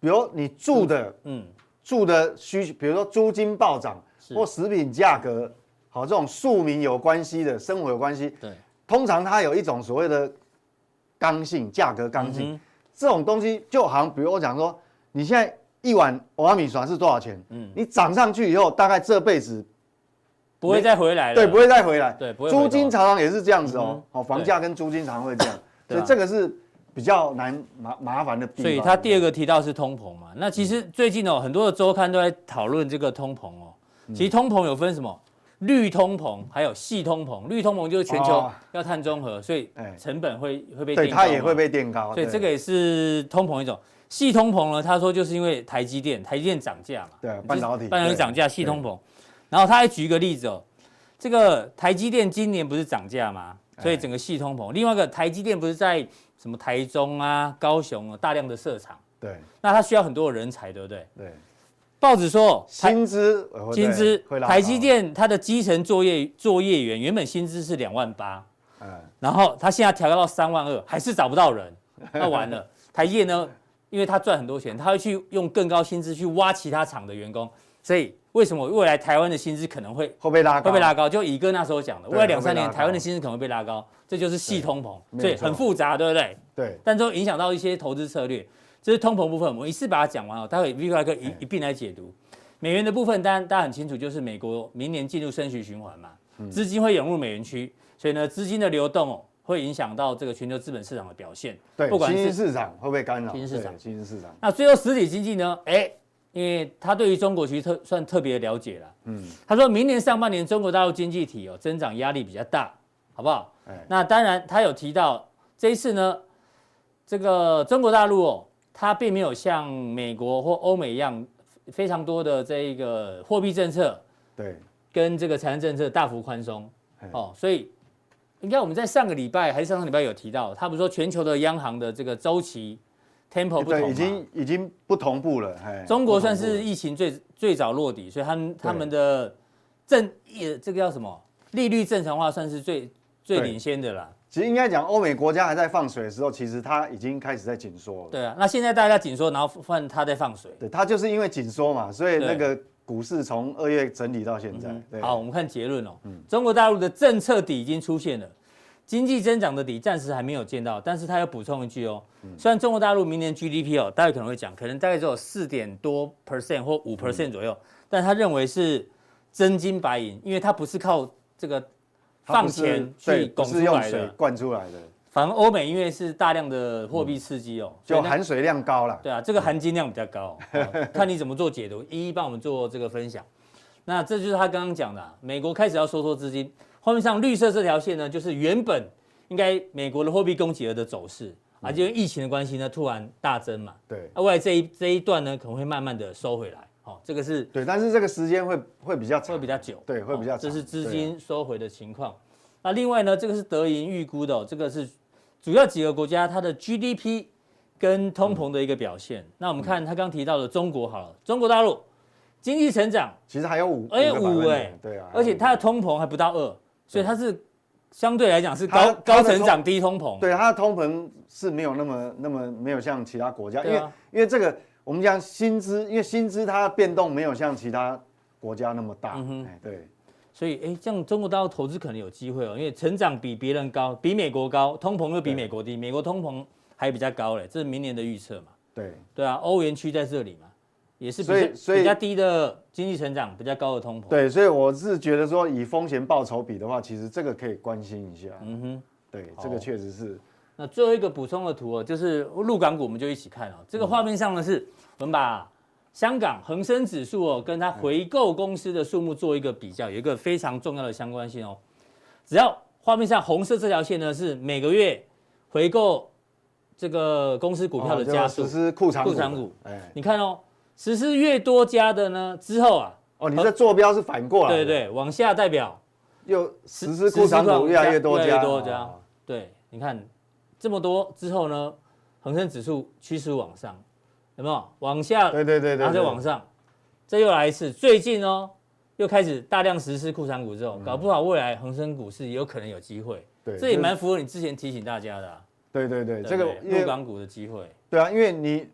Speaker 3: 比如你住的
Speaker 1: 嗯，
Speaker 3: 住的需，比如说租金暴涨
Speaker 1: 是
Speaker 3: 或食品价格，好这种庶民有关系的生活有关系，
Speaker 1: 对，
Speaker 3: 通常它有一种所谓的刚性价格刚
Speaker 1: 嗯
Speaker 3: 性，
Speaker 1: 哼
Speaker 3: 这种东西就好像比如我讲说，你现在一碗瓦米爽是多少钱？
Speaker 1: 嗯
Speaker 3: 你涨上去以后，大概这辈子
Speaker 1: 不会再回来了。
Speaker 3: 对不会再回来。
Speaker 1: 哎对不会回头
Speaker 3: 租金常常也是这样子
Speaker 1: 嗯
Speaker 3: 哦
Speaker 1: 哼，
Speaker 3: 好，房
Speaker 1: 对
Speaker 3: 价跟租金常会这样，
Speaker 1: 对
Speaker 3: 所
Speaker 1: 啊
Speaker 3: 以这个是比较难麻麻烦的地
Speaker 1: 所
Speaker 3: 方。嗯
Speaker 1: 以他第二个提到是通膨嘛，那其实最近哦，很多的周刊都在讨论这个通膨哦。其
Speaker 3: 嗯
Speaker 1: 实通膨有分什么绿通膨，还有细通膨。绿通膨就是全球
Speaker 3: 哦
Speaker 1: 要碳中和，所以
Speaker 3: 哎
Speaker 1: 成本会会被
Speaker 3: 对
Speaker 1: 垫
Speaker 3: 它
Speaker 1: 高
Speaker 3: 也
Speaker 1: 嘛
Speaker 3: 会被垫高，
Speaker 1: 所以
Speaker 3: 对
Speaker 1: 这个也是通膨一种。细通膨呢，他说就是因为台积电，台积电涨价嘛，
Speaker 3: 对啊
Speaker 1: 就是
Speaker 3: 半导体
Speaker 1: 半导体
Speaker 3: 对
Speaker 1: 涨价，细通膨。然后他还举一个例子哦，这个台积电今年不是涨价吗？
Speaker 3: 哎
Speaker 1: 所以整个细通膨。另外一个台积电不是在什么台中啊、高雄啊大量的设厂，
Speaker 3: 对
Speaker 1: 那它需要很多的人才，对不对？
Speaker 3: 对
Speaker 1: 报纸说台
Speaker 3: 薪资呃会
Speaker 1: 薪资
Speaker 3: 对会，拉高
Speaker 1: 台积，电它的基层作业作业员原本薪资是两万八，
Speaker 3: 嗯，
Speaker 1: 然后他现在调高到三万二，还是找不到 人，那完了。台积电呢，因为他赚很多钱，他会去用更高薪资去挖其他厂的员工，所以为什么未来台湾的薪资可能会
Speaker 3: 会被拉高，
Speaker 1: 会被拉高？就以哥那时候讲的，
Speaker 3: 对
Speaker 1: 未来两三
Speaker 3: 会被
Speaker 1: 年
Speaker 3: 拉高
Speaker 1: 台湾的薪资可能会被拉高，这就是细通膨，
Speaker 3: 对
Speaker 1: 所以
Speaker 3: 没错
Speaker 1: 很复杂，对不对？
Speaker 3: 对，
Speaker 1: 但都影响到一些投资策略。这是通膨部分，我们一次把它讲完哦，待会 V 怪哥
Speaker 3: 哎
Speaker 1: 一一并来解读。美元的部分，当然大家很清楚，就是美国明年进入升息循环嘛，
Speaker 3: 嗯
Speaker 1: 资金会涌入美元区，所以呢，资金的流动哦，会影响到这个全球资本市场的表现。
Speaker 3: 对，
Speaker 1: 不管
Speaker 3: 新兴
Speaker 1: 是
Speaker 3: 市场会不会干扰？
Speaker 1: 新兴市场
Speaker 3: 对新兴市场，
Speaker 1: 那最后实体经济呢，哎，因为他对于中国其实特算特别了解了。
Speaker 3: 嗯，
Speaker 1: 他说明年上半年中国大陆经济体哦增长压力比较大，好不好？
Speaker 3: 哎，
Speaker 1: 那当然，他有提到这一次呢，这个中国大陆哦，它并没有像美国或欧美一样非常多的这一个货币政策
Speaker 3: 对，
Speaker 1: 跟这个财政政策大幅宽松
Speaker 3: 哎
Speaker 1: 哦，所以应该我们在上个礼拜还是上上礼拜有提到，他不是说全球的央行的这个周期 tempo 哦不同嘛
Speaker 3: 对，已经已经不同步了，哎，
Speaker 1: 中国算
Speaker 3: 不同步
Speaker 1: 是
Speaker 3: 了
Speaker 1: 疫情最最早落底，所以他们他们的政呃这个叫什么利率正常化算是最最
Speaker 3: 对
Speaker 1: 领先的啦。
Speaker 3: 其实应该讲，欧美国家还在放水的时候，其实它已经开始在紧缩了。
Speaker 1: 对啊，那现在大家紧缩，然后换他在放水。
Speaker 3: 对，它就是因为紧缩嘛，所以
Speaker 1: 对
Speaker 3: 那个股市从二月整理到现在。对，嗯
Speaker 1: 好，我们看结论哦。中国大陆的政策底已经出现了，经济增长的底暂时还没有见到，但是他要补充一句哦，
Speaker 3: 嗯
Speaker 1: 虽然中国大陆明年 GDP 哦，大家可能会讲，可能大概只有四点多 percent 或五
Speaker 3: 嗯
Speaker 1: percent 左右，但他认为是真金白银，因为他不是靠这个
Speaker 3: 它
Speaker 1: 放
Speaker 3: 不是
Speaker 1: 钱去
Speaker 3: 对
Speaker 1: 拱
Speaker 3: 不
Speaker 1: 出
Speaker 3: 是用
Speaker 1: 来
Speaker 3: 水
Speaker 1: 的。
Speaker 3: 灌出来的，
Speaker 1: 反而欧美因为是大量的货币刺激哦，所以
Speaker 3: 就
Speaker 1: 那
Speaker 3: 含水量高了。
Speaker 1: 对啊，这个含金量比较高，好看你怎么做解读，一一帮我们做这个分享。那这就是他刚刚讲的、啊，美国开始要收缩资金，画面上绿色这条线呢，就是原本应该美国的货币供给额的走势啊，就因为疫情的关系呢，突然大增嘛，啊
Speaker 3: 对
Speaker 1: 那未来这一这一段呢，可能会慢慢的收回来，好、这个是
Speaker 3: 对，但是这个时间会会比较长，
Speaker 1: 会比较久，
Speaker 3: 对会比较
Speaker 1: 哦这
Speaker 3: 长
Speaker 1: 是资金收回的情况。那另外呢，这个是德银预估的、哦，这个是主要几个国家它的 GDP 跟通膨的一个表现。那我们看他刚提到的中国好了，中国大陆经济成长，
Speaker 3: 其实还有五，
Speaker 1: 而且
Speaker 3: 个百分
Speaker 1: 五
Speaker 3: 点
Speaker 1: 哎
Speaker 3: 对啊，
Speaker 1: 而且它
Speaker 3: 它
Speaker 1: 的通膨还不到二，所以它是相对来讲是
Speaker 3: 它
Speaker 1: 高高
Speaker 3: 它的
Speaker 1: 成
Speaker 3: 通
Speaker 1: 长低通膨。
Speaker 3: 对啊它的通膨是没有那么那么没有像其他国家，因
Speaker 1: 对
Speaker 3: 为
Speaker 1: 啊
Speaker 3: 因为这个我们讲薪资，因为薪资它的变动没有像其他国家那么大，
Speaker 1: 嗯
Speaker 3: 哎对
Speaker 1: 所以哎，这样中国大陆投资可能有机会哦，因为成长比别人高，比美国高，通膨又比
Speaker 3: 对
Speaker 1: 美国低，美国通膨还比较高嘞，这是明年的预测嘛。
Speaker 3: 对
Speaker 1: 对啊，欧元区在这里嘛，也是比
Speaker 3: 所以
Speaker 1: 较
Speaker 3: 所以
Speaker 1: 比较低的经济成长，比较高的通膨。，
Speaker 3: 对，所以我是觉得说以风险报酬比的话，其实这个可以关心一下，
Speaker 1: 嗯哼。
Speaker 3: 对，
Speaker 1: 好
Speaker 3: 这个确实是
Speaker 1: 那
Speaker 3: 嗯
Speaker 1: 最后一个补充的图哦，就是陆港股，我们就一起看哦。这个画面上呢是，我们把香港恒生指数哦，跟它回购公司的数目做一个比较，有一个非常重要的相关性哦。只要画面上红色这条线呢，是每个月回购这个公司股票的家数
Speaker 3: 哦实。施库藏
Speaker 1: 库藏股，
Speaker 3: 哎，
Speaker 1: 你看哦，实施越多家的呢，之后啊，
Speaker 3: 哦，你这坐标是反过来，
Speaker 1: 对，对，往下代表
Speaker 3: 又实施库藏股越来越多家，
Speaker 1: 越来越多家
Speaker 3: 哦
Speaker 1: 对，你看这么多之后呢，恒生指数趋势往上，有没有？往下，
Speaker 3: 对对对对，
Speaker 1: 然后再
Speaker 3: 对
Speaker 1: 往上，这又来一次。最近哦，又开始大量实施库藏股之后，搞不好未来恒生股市也有可能有机会。
Speaker 3: 对
Speaker 1: 这也
Speaker 3: 就是
Speaker 1: 蛮符合你之前提醒大家的啊、
Speaker 3: 对对对，
Speaker 1: 对
Speaker 3: 这个
Speaker 1: 不对
Speaker 3: 因为
Speaker 1: 入港股的机会。
Speaker 3: 对啊，因为你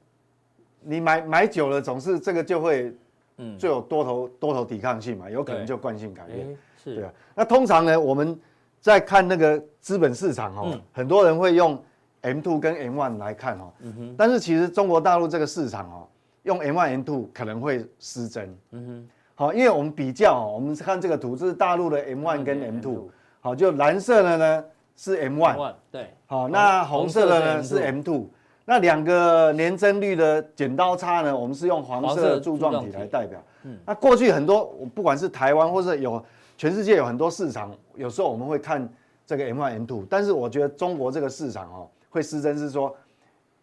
Speaker 3: 你买买久了，总是这个就会
Speaker 1: 嗯，
Speaker 3: 最有多头多头抵抗性嘛，有可能
Speaker 1: 对
Speaker 3: 就惯性改变。
Speaker 1: 哎，
Speaker 3: 对
Speaker 1: 是
Speaker 3: 啊，那通常呢，我们在看那个资本市场哦，
Speaker 1: 嗯
Speaker 3: 很多人会用 M two 跟 M one 来看哦，
Speaker 1: 嗯
Speaker 3: 但是其实中国大陆这个市场哦，用 M one M two 可能会失真。
Speaker 1: 嗯
Speaker 3: 好，因为我们比较哦，我们看这个图，这是大陆的 M
Speaker 1: 嗯
Speaker 3: one 跟 M two，好，就蓝色的呢是 M one，
Speaker 1: 万对，
Speaker 3: 好，那红色的呢
Speaker 1: 红
Speaker 3: 是
Speaker 1: 色是
Speaker 3: M two，那两个年增率的剪刀差呢，我们是用黄
Speaker 1: 黄
Speaker 3: 色
Speaker 1: 色
Speaker 3: 的柱状
Speaker 1: 柱状
Speaker 3: 体嗯
Speaker 1: 体
Speaker 3: 来代表。那过去很多，我不管是台湾或是有全世界有很多市场，有时候我们会看这个 M one M two，但是我觉得中国这个市场哦，会失真是说，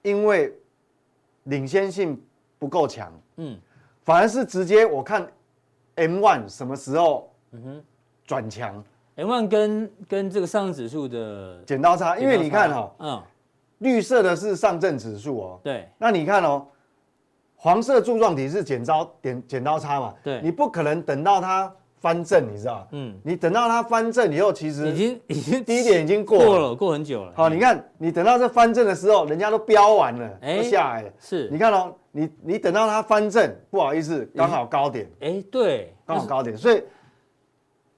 Speaker 3: 因为领先性不够强，
Speaker 1: 嗯，
Speaker 3: 反而是直接我看 M one 什么时候转强
Speaker 1: ，M one 跟跟这个上证指数的，
Speaker 3: 剪刀差，因为你看哈、哦，
Speaker 1: 嗯，
Speaker 3: 绿色的是上证指数哦，
Speaker 1: 对，
Speaker 3: 那你看哦，黄色柱状体是剪刀剪剪刀差嘛？
Speaker 1: 对
Speaker 3: 你不可能等到它翻正，你知道？
Speaker 1: 嗯，
Speaker 3: 你等到它翻正以后，其实
Speaker 1: 已经已经
Speaker 3: 低点已经过了。
Speaker 1: 过了，过很久了。
Speaker 3: 好，你看，你等到这翻正的时候，人家都标完了，
Speaker 1: 哎
Speaker 3: 都下来了。
Speaker 1: 是
Speaker 3: 你看哦，你你等到它翻正，不好意思，刚好高点，
Speaker 1: 哎，对，
Speaker 3: 刚好高点。所以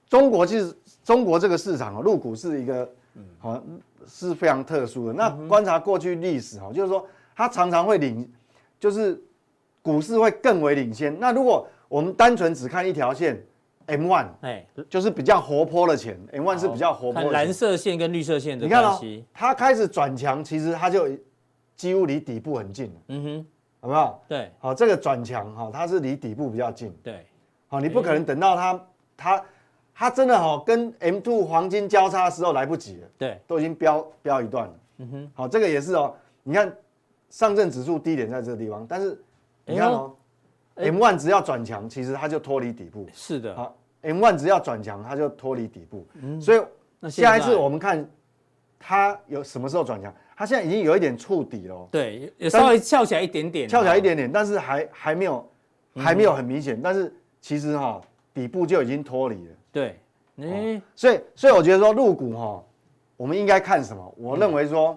Speaker 3: 中国其实中国这个市场哦，入股是一个
Speaker 1: 嗯
Speaker 3: 好、是非常特殊的。那观察过去历史哦，就是说它常常会领，就是股市会更为领先。那如果我们单纯只看一条线，M one
Speaker 1: 哎，
Speaker 3: 就是比较活泼的钱，M one 是比较活泼
Speaker 1: 看
Speaker 3: 的
Speaker 1: 蓝
Speaker 3: 钱
Speaker 1: 色线跟绿色线的
Speaker 3: 你看
Speaker 1: 关
Speaker 3: 哦
Speaker 1: 系，，
Speaker 3: 它开始转强，其实它就几乎离底部很近了，
Speaker 1: 嗯哼，
Speaker 3: 有没有？
Speaker 1: 对
Speaker 3: 好，这个转强哈，它是离底部比较近。
Speaker 1: 对，
Speaker 3: 好，你不可能等到它它它真的哈跟 M two 黄金交叉的时候来不及了，
Speaker 1: 对，
Speaker 3: 都已经飙飙一段了。嗯哼，好，这个也是哦。你看上证指数低点在这个地方，但是
Speaker 1: 哎呦
Speaker 3: 你看哦，M one 只要转强，其实它就脱离底部。
Speaker 1: 哎是啊的，
Speaker 3: 好，M one 只要转强，它就脱离底部。所以
Speaker 1: 嗯那现
Speaker 3: 下一次
Speaker 1: 在
Speaker 3: 我们看它有什么时候转强，它现在已经有一点触底了哦，
Speaker 1: 对，有
Speaker 3: 但
Speaker 1: 稍微翘起来一点点，嗯
Speaker 3: 翘起来一，点点，但是还还没有还没有很明显，但是其实哈、底部就已经脱离了。
Speaker 1: 对，哎，
Speaker 3: 所以，所以我觉得说入股哈、我们应该看什么？
Speaker 1: 嗯
Speaker 3: 我认为说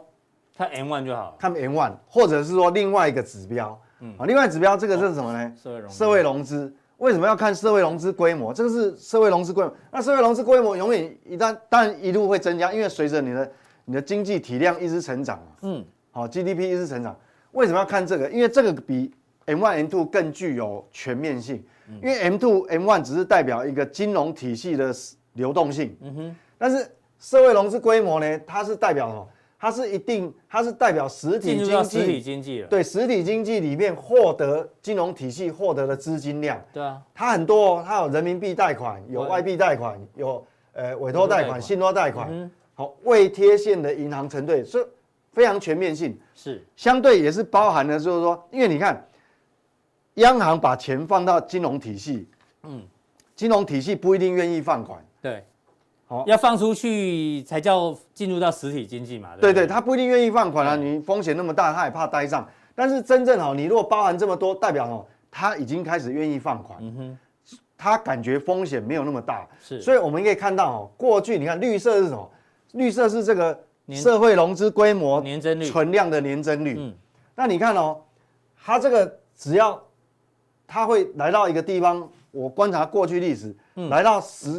Speaker 1: 看 M one 就好了，
Speaker 3: 看 M one，或者是说另外一个指标，啊，另外指标这个是什么呢？
Speaker 1: 嗯哦社会融资
Speaker 3: 社会融资为什么要看社会融资规模？这个是社会融资规模。那社会融资规模永远一旦当然一路会增加，因为随着你的你的经济体量一直成长嘛，
Speaker 1: 嗯，
Speaker 3: 好、GDP 一直成长。为什么要看这个？因为这个比 M one M two 更具有全面性。因为 M two M one 只是代表一个金融体系的流动性，嗯哼，但是社会融资规模呢，它是代表什么？它是一定，它是代表实体
Speaker 1: 进入
Speaker 3: 经
Speaker 1: 到实体
Speaker 3: 济，
Speaker 1: 经济了，
Speaker 3: 对实体经济里面获得金融体系获得的资金量，
Speaker 1: 对啊，
Speaker 3: 它很多、哦，它有人民币贷款，有
Speaker 1: 对
Speaker 3: 外币贷款，有呃委托贷
Speaker 1: 委托贷
Speaker 3: 款、
Speaker 1: 款
Speaker 3: 信托贷款，好未贴现的银行承兑，所以非常全面性。
Speaker 1: 是，
Speaker 3: 相对也是包含了，就是说，因为你看，央行把钱放到金融体系，嗯，金融体系不一定愿意放款，
Speaker 1: 对，
Speaker 3: 好
Speaker 1: 要放出去才叫进入到实体经济嘛，
Speaker 3: 对
Speaker 1: 对
Speaker 3: 对，
Speaker 1: 不，
Speaker 3: 他不一定愿意放款啊，你风险那么大，他也怕呆账。但是真正哦，你如果包含这么多，代表哦，他已经开始愿意放款，他感觉风险没有那么大，
Speaker 1: 是
Speaker 3: 所以我们可以看到哦，过去你看绿色是什么？绿色是这个社会融资规模
Speaker 1: 年增率
Speaker 3: 存量的年增率。
Speaker 1: 嗯
Speaker 3: 那你看哦，它这个只要它会来到一个地方，我观察过去历史，来到十，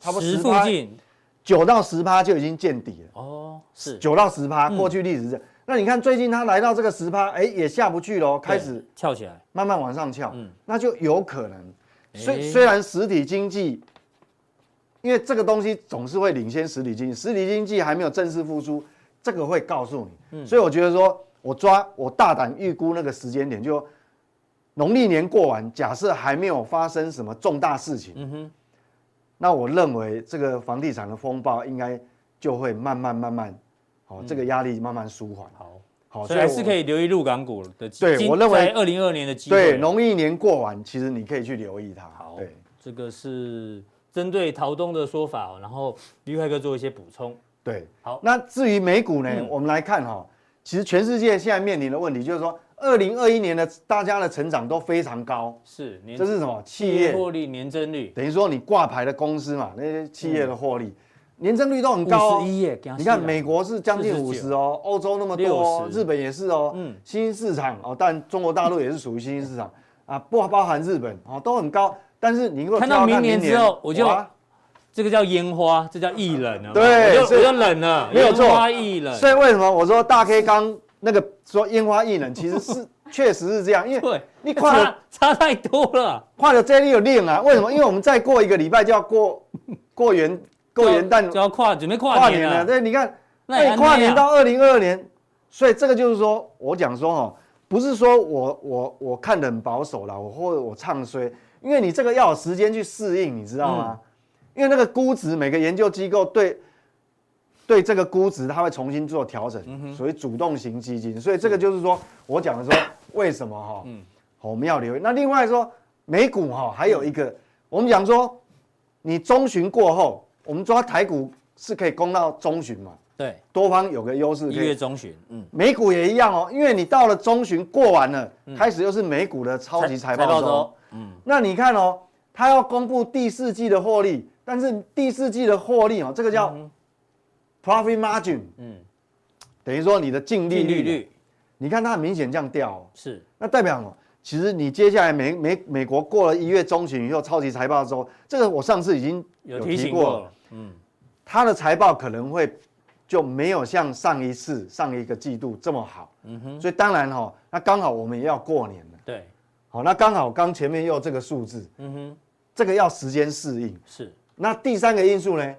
Speaker 3: 差不多
Speaker 1: 嗯十
Speaker 3: 十
Speaker 1: 附
Speaker 3: 趴，
Speaker 1: 近，
Speaker 3: 九到十趴就已经见底了。
Speaker 1: 哦，是，嗯
Speaker 3: 九到十趴，过去历史是这样。那你看最近它来到这个十趴，哎，也下不去喽，开始
Speaker 1: 对翘起来，
Speaker 3: 慢慢往上翘，
Speaker 1: 嗯
Speaker 3: 那就有可能。虽
Speaker 1: 哎
Speaker 3: 虽然实体经济，因为这个东西总是会领先实体经济，实体经济还没有正式复苏，这个
Speaker 1: 嗯
Speaker 3: 会告诉你。所以我觉得说，我抓我大胆预估那个时间点，就农历年过完，假设还没有发生什么重大事情，
Speaker 1: 嗯哼，
Speaker 3: 那我认为这个房地产的风暴应该就会慢慢慢慢，好、这个压力慢慢舒缓。
Speaker 1: 好，
Speaker 3: 好，
Speaker 1: 嗯所以还
Speaker 3: 哦我
Speaker 1: 是可以留意入港股的机。
Speaker 3: 对
Speaker 1: 今
Speaker 3: 我认为
Speaker 1: 在二零二年的机会。
Speaker 3: 对农历年过完，其实你可以去留意它。
Speaker 1: 好
Speaker 3: 对，
Speaker 1: 这个是针对陶东的说法哦，然后于快哥做一些补充。
Speaker 3: 对，
Speaker 1: 好
Speaker 3: 那至于美股呢，
Speaker 1: 嗯
Speaker 3: 我们来看哈、其实全世界现在面临的问题就是说，二零二一年的大家的成长都非常高，
Speaker 1: 是年
Speaker 3: 这是什么？企
Speaker 1: 企
Speaker 3: 业
Speaker 1: 业获利年增率
Speaker 3: 等于说你挂牌的公司嘛，那些企业的获利、年增率都很高、
Speaker 1: 嗯
Speaker 3: 哦
Speaker 1: 五十一啊耶，给他
Speaker 3: 你
Speaker 1: 吓
Speaker 3: 看
Speaker 1: 了
Speaker 3: 美国是将近五十哦，欧洲那么多、哦，
Speaker 1: 60
Speaker 3: 日本也是哦，
Speaker 1: 嗯
Speaker 3: 新兴市场哦，但中国大陆也是属于新兴市场啊，不包含日本哦，都很高。但是你如果
Speaker 1: 看到明
Speaker 3: 跳
Speaker 1: 年之后我就
Speaker 3: 哇
Speaker 1: 这个叫烟花，这叫艺人啊，
Speaker 3: 对
Speaker 1: 我就是我就冷了，
Speaker 3: 没有错
Speaker 1: 烟花艺人，
Speaker 3: 所以为什么我说大 K 刚那个说烟花易冷，其 实是确实是这样，因 为
Speaker 1: 对，
Speaker 3: 你跨了
Speaker 1: 差差太多 了，
Speaker 3: 跨了这里有令啊，为什么？因为我们再过一个礼拜就要过过元过元旦
Speaker 1: 就要跨，准备跨
Speaker 3: 跨
Speaker 1: 年
Speaker 3: 年了，
Speaker 1: 了，
Speaker 3: 对，你看。
Speaker 1: 那也
Speaker 3: 那
Speaker 1: 还
Speaker 3: 你跨
Speaker 1: 没
Speaker 3: 年
Speaker 1: 啊
Speaker 3: 到二零二二年，所以这个就是说我讲说哈、不是说我我我看得很保守啦，我或者我唱衰，因为你这个要有时间去适应，你知道
Speaker 1: 嗯
Speaker 3: 吗？因为那个估值，每个研究机构对对这个估值，它会重新做调整，
Speaker 1: 嗯
Speaker 3: 所谓主动型基金，所以这个就是说我讲的说为什么哈、
Speaker 1: 嗯
Speaker 3: 我们要留意。那另外说美股哈、还有一
Speaker 1: 嗯
Speaker 3: 个，我们讲说你中旬过后，我们抓台股是可以攻到中旬嘛？
Speaker 1: 对，
Speaker 3: 多方有个优势可
Speaker 1: 一
Speaker 3: 以。
Speaker 1: 月中旬，嗯，
Speaker 3: 美股也一样哦，因为你到了中旬过完了，开始又是美股的超级财报周。，
Speaker 1: 嗯，
Speaker 3: 那你看哦，它要公布第四季的获利，但是第四季的获利哦，这个叫 profit margin，嗯
Speaker 1: 嗯，
Speaker 3: 等于说你的净利
Speaker 1: 净
Speaker 3: 率，
Speaker 1: 利率
Speaker 3: 你看它很明显降掉、哦，
Speaker 1: 是
Speaker 3: 那代表什么？其实你接下来美美美国过了一月中旬以后，超级财报周，这个我上次已经
Speaker 1: 有
Speaker 3: 有
Speaker 1: 提
Speaker 3: 提
Speaker 1: 醒
Speaker 3: 过
Speaker 1: 过
Speaker 3: 了。
Speaker 1: 了，嗯，
Speaker 3: 它的财报可能会就没有像上一次、上一个季度这么好。嗯哼，所以当然哈、那刚好我们也要过年了。
Speaker 1: 对，
Speaker 3: 好，那刚好刚前面又有这个数字，
Speaker 1: 嗯哼，
Speaker 3: 这个要时间适应。
Speaker 1: 是
Speaker 3: 那第三个因素呢？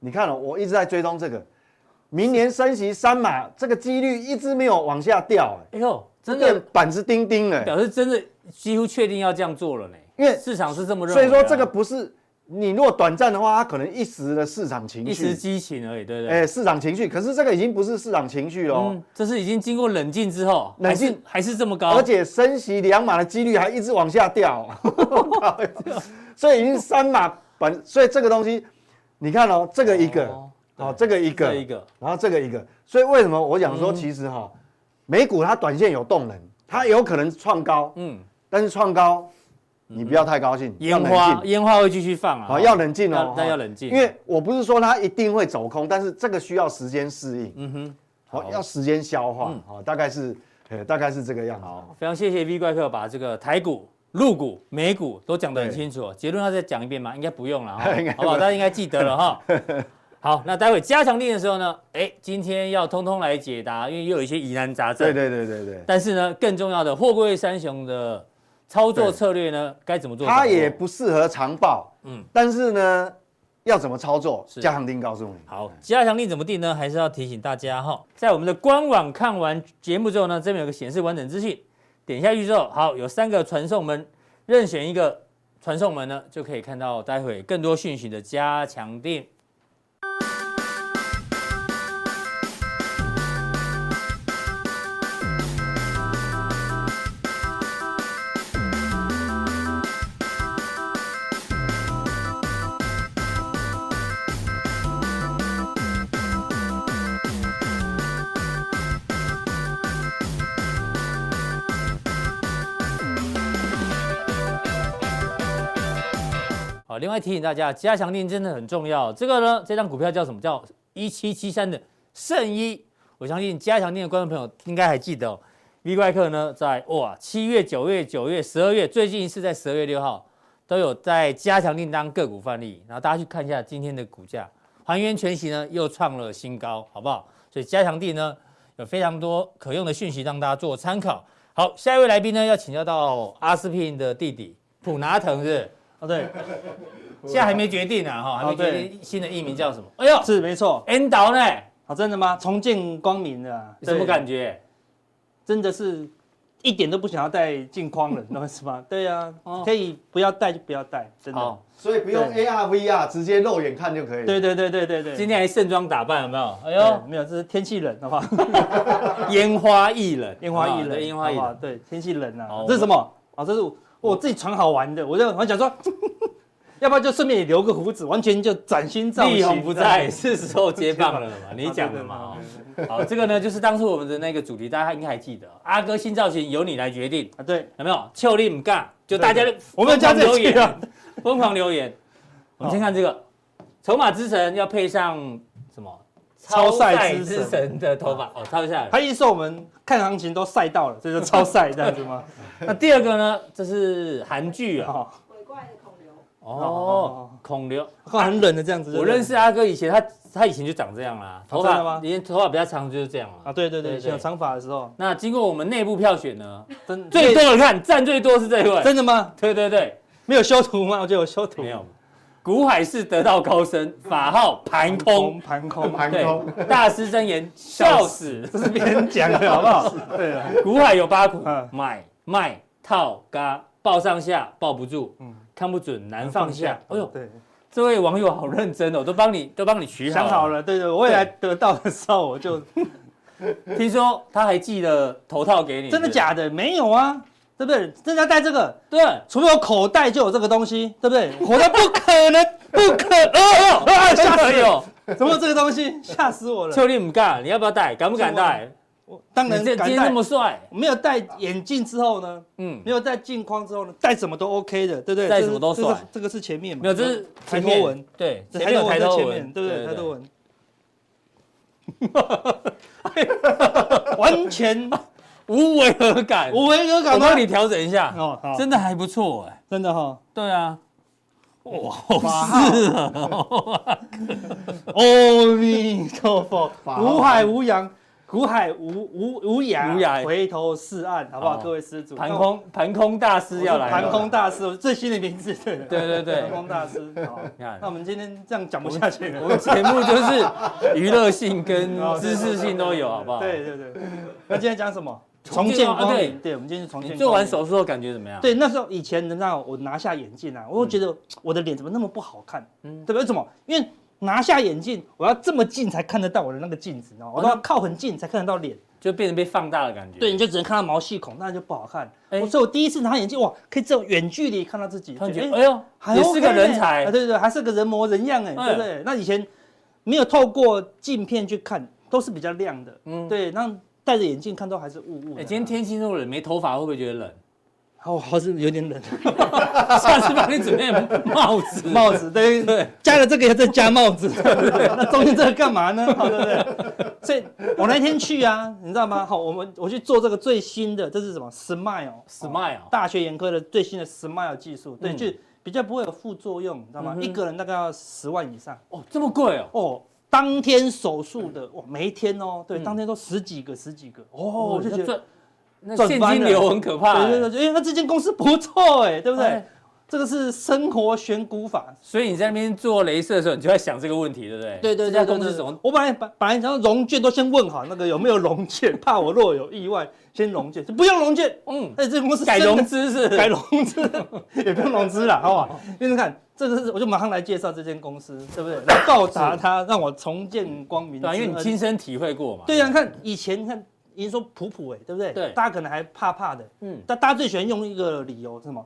Speaker 3: 你看了、哦我一直在追踪这个，明年升息三码，这个几率一直没有往下掉、哎，
Speaker 1: 哎呦，真
Speaker 3: 变
Speaker 1: 的
Speaker 3: 板子钉钉了、哎
Speaker 1: 表示真的几乎确定要这样做了呢，
Speaker 3: 因为
Speaker 1: 市场是这么认
Speaker 3: 所
Speaker 1: 为
Speaker 3: 以
Speaker 1: 的啊，
Speaker 3: 说这个不是你如果短暂的话，它可能一时的市场情
Speaker 1: 一时
Speaker 3: 绪，
Speaker 1: 激情而已，对不
Speaker 3: 哎、
Speaker 1: 对？
Speaker 3: 市场情绪，可是这个已经不是市场情绪了、哦。
Speaker 1: 嗯，这是已经经过冷静之后，
Speaker 3: 冷静
Speaker 1: 还是还是这么高，
Speaker 3: 而且升息两码的几率还一直往下掉， 所以已经三码本，所以这个东西，你看哦，这个一个，
Speaker 1: 哦
Speaker 3: 哦，这个一个，
Speaker 1: 这一个嗯
Speaker 3: 然后这个一个，所以为什么我想说，其实哈、美股它短线有动能，它有可能创高，
Speaker 1: 嗯，
Speaker 3: 但是创高你不要太高兴，要
Speaker 1: 烟
Speaker 3: 冷
Speaker 1: 花
Speaker 3: 静，
Speaker 1: 烟花会继续放啊，
Speaker 3: 好要冷静哦
Speaker 1: 要，那要冷静，
Speaker 3: 因为我不是说它一定会走空，但是这个需要时间适应，
Speaker 1: 嗯哼，嗯
Speaker 3: 好要时间消化，好大概是，呃大概是这个样子。
Speaker 1: 好，非常谢谢 V 怪客把这个台股、陆股、美股都讲得很清楚哦，结论要再讲一遍吗？应该不用了哈
Speaker 3: 应该，
Speaker 1: 好
Speaker 3: 不
Speaker 1: 不好？大家应该记得了哈。 好，那待会加强练的时候呢，哎，今天要通通来解答，因为又有一些疑难杂症。
Speaker 3: 对对对对对。
Speaker 1: 但是呢，更重要的，货柜三雄的操作策略呢，该怎么做？
Speaker 3: 它也
Speaker 1: 掌握
Speaker 3: 不适合长报，嗯
Speaker 1: 嗯，
Speaker 3: 但是呢，要怎么操作？
Speaker 1: 是
Speaker 3: 嘉航定告诉你。
Speaker 1: 好，加强力怎么定呢？还是要提醒大家哈，在我们的官网看完节目之后呢，这边有个显示完整资讯，点下去之后，好，有三个传送门，任选一个传送门呢，就可以看到待会更多讯息的加强定。好，另外提醒大家，加强定真的很重要。这个呢，这张股票叫什么？叫一七七三的圣一。我相信加强定的观众朋友应该还记得、哦、，V 怪客呢，在哇七月、九月、九月、十二月，最近一次在十二月六号都有在加强定当个股范例。然后大家去看一下今天的股价，还原全息呢又创了新高，好不好？所以加强定呢有非常多可用的讯息让大家做参考。好，下一位来宾呢要请教到阿司匹林的弟弟普拿腾是不是哦对。现在还没决定呢，哈，
Speaker 2: 哦
Speaker 1: 还没决定新的艺名叫什么。哎呦，
Speaker 2: 是没错，哦
Speaker 1: N 导呢，
Speaker 2: 啊，真的吗？重见光明的啊，
Speaker 1: 什么
Speaker 2: 对
Speaker 1: 感觉？
Speaker 2: 真的是一点都不想要带镜框了， 你懂是吗？对啊，可以不要带就不要带，真的
Speaker 1: 哦好。，
Speaker 3: 所以不用
Speaker 2: 对
Speaker 3: AR VR，直接肉眼看就可以。
Speaker 2: 对，对对对对对。
Speaker 1: 今天还盛装打扮有没有？哎
Speaker 2: 对
Speaker 1: 呦，
Speaker 2: 没有，这是天气冷，好不好？
Speaker 1: 烟花易冷，
Speaker 2: 烟花易
Speaker 1: 啊啊对
Speaker 2: 冷，
Speaker 1: 烟花易
Speaker 2: 好不好
Speaker 1: 冷。哦
Speaker 2: 哦对，天气冷啊
Speaker 1: 好。
Speaker 2: 这是什么？啊，这是我我自己传好玩的，我就我想说， 要不然就顺便也留个胡子，完全就崭新造型。
Speaker 1: 力宏不在，
Speaker 2: 对啊
Speaker 1: 是时候接棒 了嘛？你讲的嘛？哦好，这个呢，就是当初我们的那个主题，大家应该还记得，阿哥新造型由你来决定，
Speaker 2: 啊，对，
Speaker 1: 有没有？秋令尬，就大家
Speaker 2: 对
Speaker 1: 就
Speaker 2: 我没有加
Speaker 1: 疯狂
Speaker 2: 这
Speaker 1: 留
Speaker 2: 一句啊
Speaker 1: 言，疯狂留言。我们先看这个，筹码之神要配上什么？
Speaker 2: 超赛之
Speaker 1: 之神的头发哦，超赛。
Speaker 2: 他一说我们看行情都晒到了，这就超晒这样 子吗？
Speaker 1: 那第二个呢？这是韩剧啊，
Speaker 2: 哦，
Speaker 4: 鬼怪的孔刘，
Speaker 1: 哦，孔刘，
Speaker 2: 很冷的这样子。
Speaker 1: 我认
Speaker 2: 识
Speaker 1: 识阿哥以前，他他以前就长这样啦，头
Speaker 2: 真的
Speaker 1: 发
Speaker 2: 吗
Speaker 1: 以前头发比较长就是这样
Speaker 2: 啊，
Speaker 1: 啦。
Speaker 2: 对对
Speaker 1: 对对
Speaker 2: 对，以前有长发的时候，
Speaker 1: 那经过我们内部票选呢，
Speaker 2: 真
Speaker 1: 最多人看赞最多是这一位，
Speaker 2: 真的吗？
Speaker 1: 对对对，
Speaker 2: 没有修图吗？我觉得有修图，
Speaker 1: 没有，古海市得道高僧，法号盘空，
Speaker 2: 盘空，
Speaker 3: 盘
Speaker 1: 对
Speaker 3: 空，
Speaker 1: 大师真 言笑死，
Speaker 2: 这是别人讲的好不 好？对啊，
Speaker 1: 古海有八股
Speaker 2: 嗯，
Speaker 1: 买卖套嘎，抱上下抱不住，
Speaker 2: 嗯
Speaker 1: 看不准难放下。哎呦，
Speaker 2: 哦对，
Speaker 1: 这位网友好认真哦，都帮你都帮你取好，
Speaker 2: 想好。了，对对，我未来得到的时候 我就
Speaker 1: 听说他还寄了头套给你，
Speaker 2: 真的
Speaker 1: 是不是？
Speaker 2: 假的没有啊，对不对？真的要带这个，
Speaker 1: 对。
Speaker 2: 除非我口袋就有这个东西，对不对？口袋不可 能，不可
Speaker 1: 哎
Speaker 2: 能，啊吓死我！
Speaker 1: 我！
Speaker 2: 怎么有这个东西？吓死我了！
Speaker 1: 秋丽唔干，你要不要戴？敢不敢戴？
Speaker 2: 我当
Speaker 1: 你
Speaker 2: 然
Speaker 1: 这
Speaker 2: 敢
Speaker 1: 今天
Speaker 2: 戴
Speaker 1: 那么帅，
Speaker 2: 没有戴眼镜之后呢，
Speaker 1: 嗯，
Speaker 2: 没有戴镜框之后呢，戴什么都 OK 的，对不对？
Speaker 1: 戴
Speaker 2: 这是
Speaker 1: 什么都
Speaker 2: 这是
Speaker 1: 帅
Speaker 2: 这个是前面嘛？
Speaker 1: 没有，这是
Speaker 2: 抬
Speaker 1: 前面
Speaker 2: 头纹，，
Speaker 1: 对，
Speaker 2: 这
Speaker 1: 前面有抬
Speaker 2: 在
Speaker 1: 头
Speaker 2: 前
Speaker 1: 纹
Speaker 2: 面，，对不对？抬头纹。完全
Speaker 1: 无违和感。我
Speaker 2: 无违和感吗？啊
Speaker 1: 帮你调整一下，
Speaker 2: 哦，好，真
Speaker 1: 真的还不错哎。
Speaker 2: 真的哈，
Speaker 1: 对啊，
Speaker 2: 阿弥陀佛，
Speaker 3: 法号
Speaker 2: 无海无洋，苦海无无无涯，
Speaker 1: 无涯
Speaker 2: 回头是岸，好不好？
Speaker 1: 哦
Speaker 2: 各位施主，
Speaker 1: 盘空盘空大师要来了，
Speaker 2: 盘空大师，我最新的名字，对
Speaker 1: 对对对
Speaker 2: 盘空大师。好，
Speaker 1: 你看
Speaker 2: 那我们今天这样讲不下去了。
Speaker 1: 我们节目就是娱乐性跟
Speaker 2: 哦对
Speaker 1: 知识性都有，好不好？
Speaker 2: 对对对。那今天讲什么？
Speaker 1: 重
Speaker 2: 重
Speaker 1: 建
Speaker 2: 建
Speaker 1: 吗
Speaker 2: 光
Speaker 1: 啊
Speaker 2: 明。对，我们今天是重
Speaker 1: 你
Speaker 2: 建。
Speaker 1: 做完，手术后感觉怎么样？，
Speaker 2: 对，那时候以前的那我拿下眼镜啊，我就觉得我的脸怎么那么不好看？
Speaker 1: 嗯
Speaker 2: 对不对？为什么？因为拿下眼镜，我要这么近才看得到我的那个镜子，你知道
Speaker 1: 哦
Speaker 2: 吗？我都要靠很近才看得到脸。
Speaker 1: 就变得被放大的感觉。
Speaker 2: 对，你就只能看到毛细孔，那就不好看。
Speaker 1: 哎
Speaker 2: 我所以我第一次拿眼镜，哇，可以这种远距离看到自己，
Speaker 1: 突然觉
Speaker 2: 哎
Speaker 1: 得，哎呦，
Speaker 2: 还
Speaker 1: 也是个
Speaker 2: OK
Speaker 1: 人
Speaker 2: 欸啊
Speaker 1: 才，
Speaker 2: 对对对，还是个人模人样哎，
Speaker 1: 哎
Speaker 2: 对不对？那以前没有透过镜片去看，都是比较亮的，
Speaker 1: 嗯。
Speaker 2: 对，那戴着眼镜看都还是雾雾的。
Speaker 1: 哎，今天，天气那么冷，没头发会不会觉得冷？
Speaker 2: 哦，好像有点冷，
Speaker 1: 下次帮你准备帽子。
Speaker 2: 帽子 对
Speaker 1: 对，
Speaker 2: 加了这个也再加帽 子，对不对？那中间这个干嘛呢？好对不对？所以我那天去啊，你知道吗？好，我们我去做这个最新的，这是什么？Smile 哦
Speaker 1: Smile
Speaker 2: 大学眼科的最新的 Smile 技术，对，
Speaker 1: 嗯
Speaker 2: 就比较不会有副作用，你知道吗
Speaker 1: 嗯？哼
Speaker 2: 一个人大概要十万以上。
Speaker 1: 哦，这么贵哦，
Speaker 2: 哦，当天手术的哇，每一天哦，对，
Speaker 1: 嗯
Speaker 2: 当天都十几个、十几个哦，
Speaker 1: 哦，
Speaker 2: 我就
Speaker 1: 就
Speaker 2: 觉得
Speaker 1: 赚那
Speaker 2: 赚
Speaker 1: 现
Speaker 2: 翻
Speaker 1: 金
Speaker 2: 了
Speaker 1: 流很可怕
Speaker 2: 对
Speaker 1: 欸，
Speaker 2: 对对，因为那这间公司不错哎，对不对
Speaker 1: 哎？
Speaker 2: 这个是生活选股法，
Speaker 1: 所以你在那边做镭射的时候，你就在想这个问题，对不对？
Speaker 2: 对对
Speaker 1: 这
Speaker 2: 对
Speaker 1: 家
Speaker 2: 对
Speaker 1: 公司
Speaker 2: 对
Speaker 1: 怎么？
Speaker 2: 我本来本本来想要融券都先问好，那个有没有融券， 怕我若有意外先融券，不用融券，
Speaker 1: 嗯，
Speaker 2: 哎，这个公 司
Speaker 1: 改
Speaker 2: 真的
Speaker 1: 融资哦是
Speaker 2: 改融资 也不用融资了，好不好？因为看这个是，我就马上来介绍这间公司，对不对？来报答他，让我重见光明之
Speaker 1: 对啊，
Speaker 2: 恩。
Speaker 1: 因为你亲身体会过嘛。
Speaker 2: 对啊呀、你看以前你看营收普普哎、对不对？
Speaker 1: 对
Speaker 2: 大家可能还怕怕的，
Speaker 1: 嗯，
Speaker 2: 但大家最喜欢用一个理由是什么？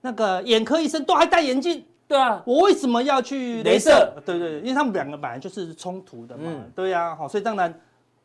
Speaker 2: 那个眼科医生都还戴眼镜，
Speaker 1: 对啊，
Speaker 2: 我为什么要去
Speaker 1: 镭
Speaker 2: 镭
Speaker 1: 射
Speaker 2: 射？对对对，因为他们两个本来就是冲突的嘛，
Speaker 1: 嗯
Speaker 2: 对呀、好，所以当然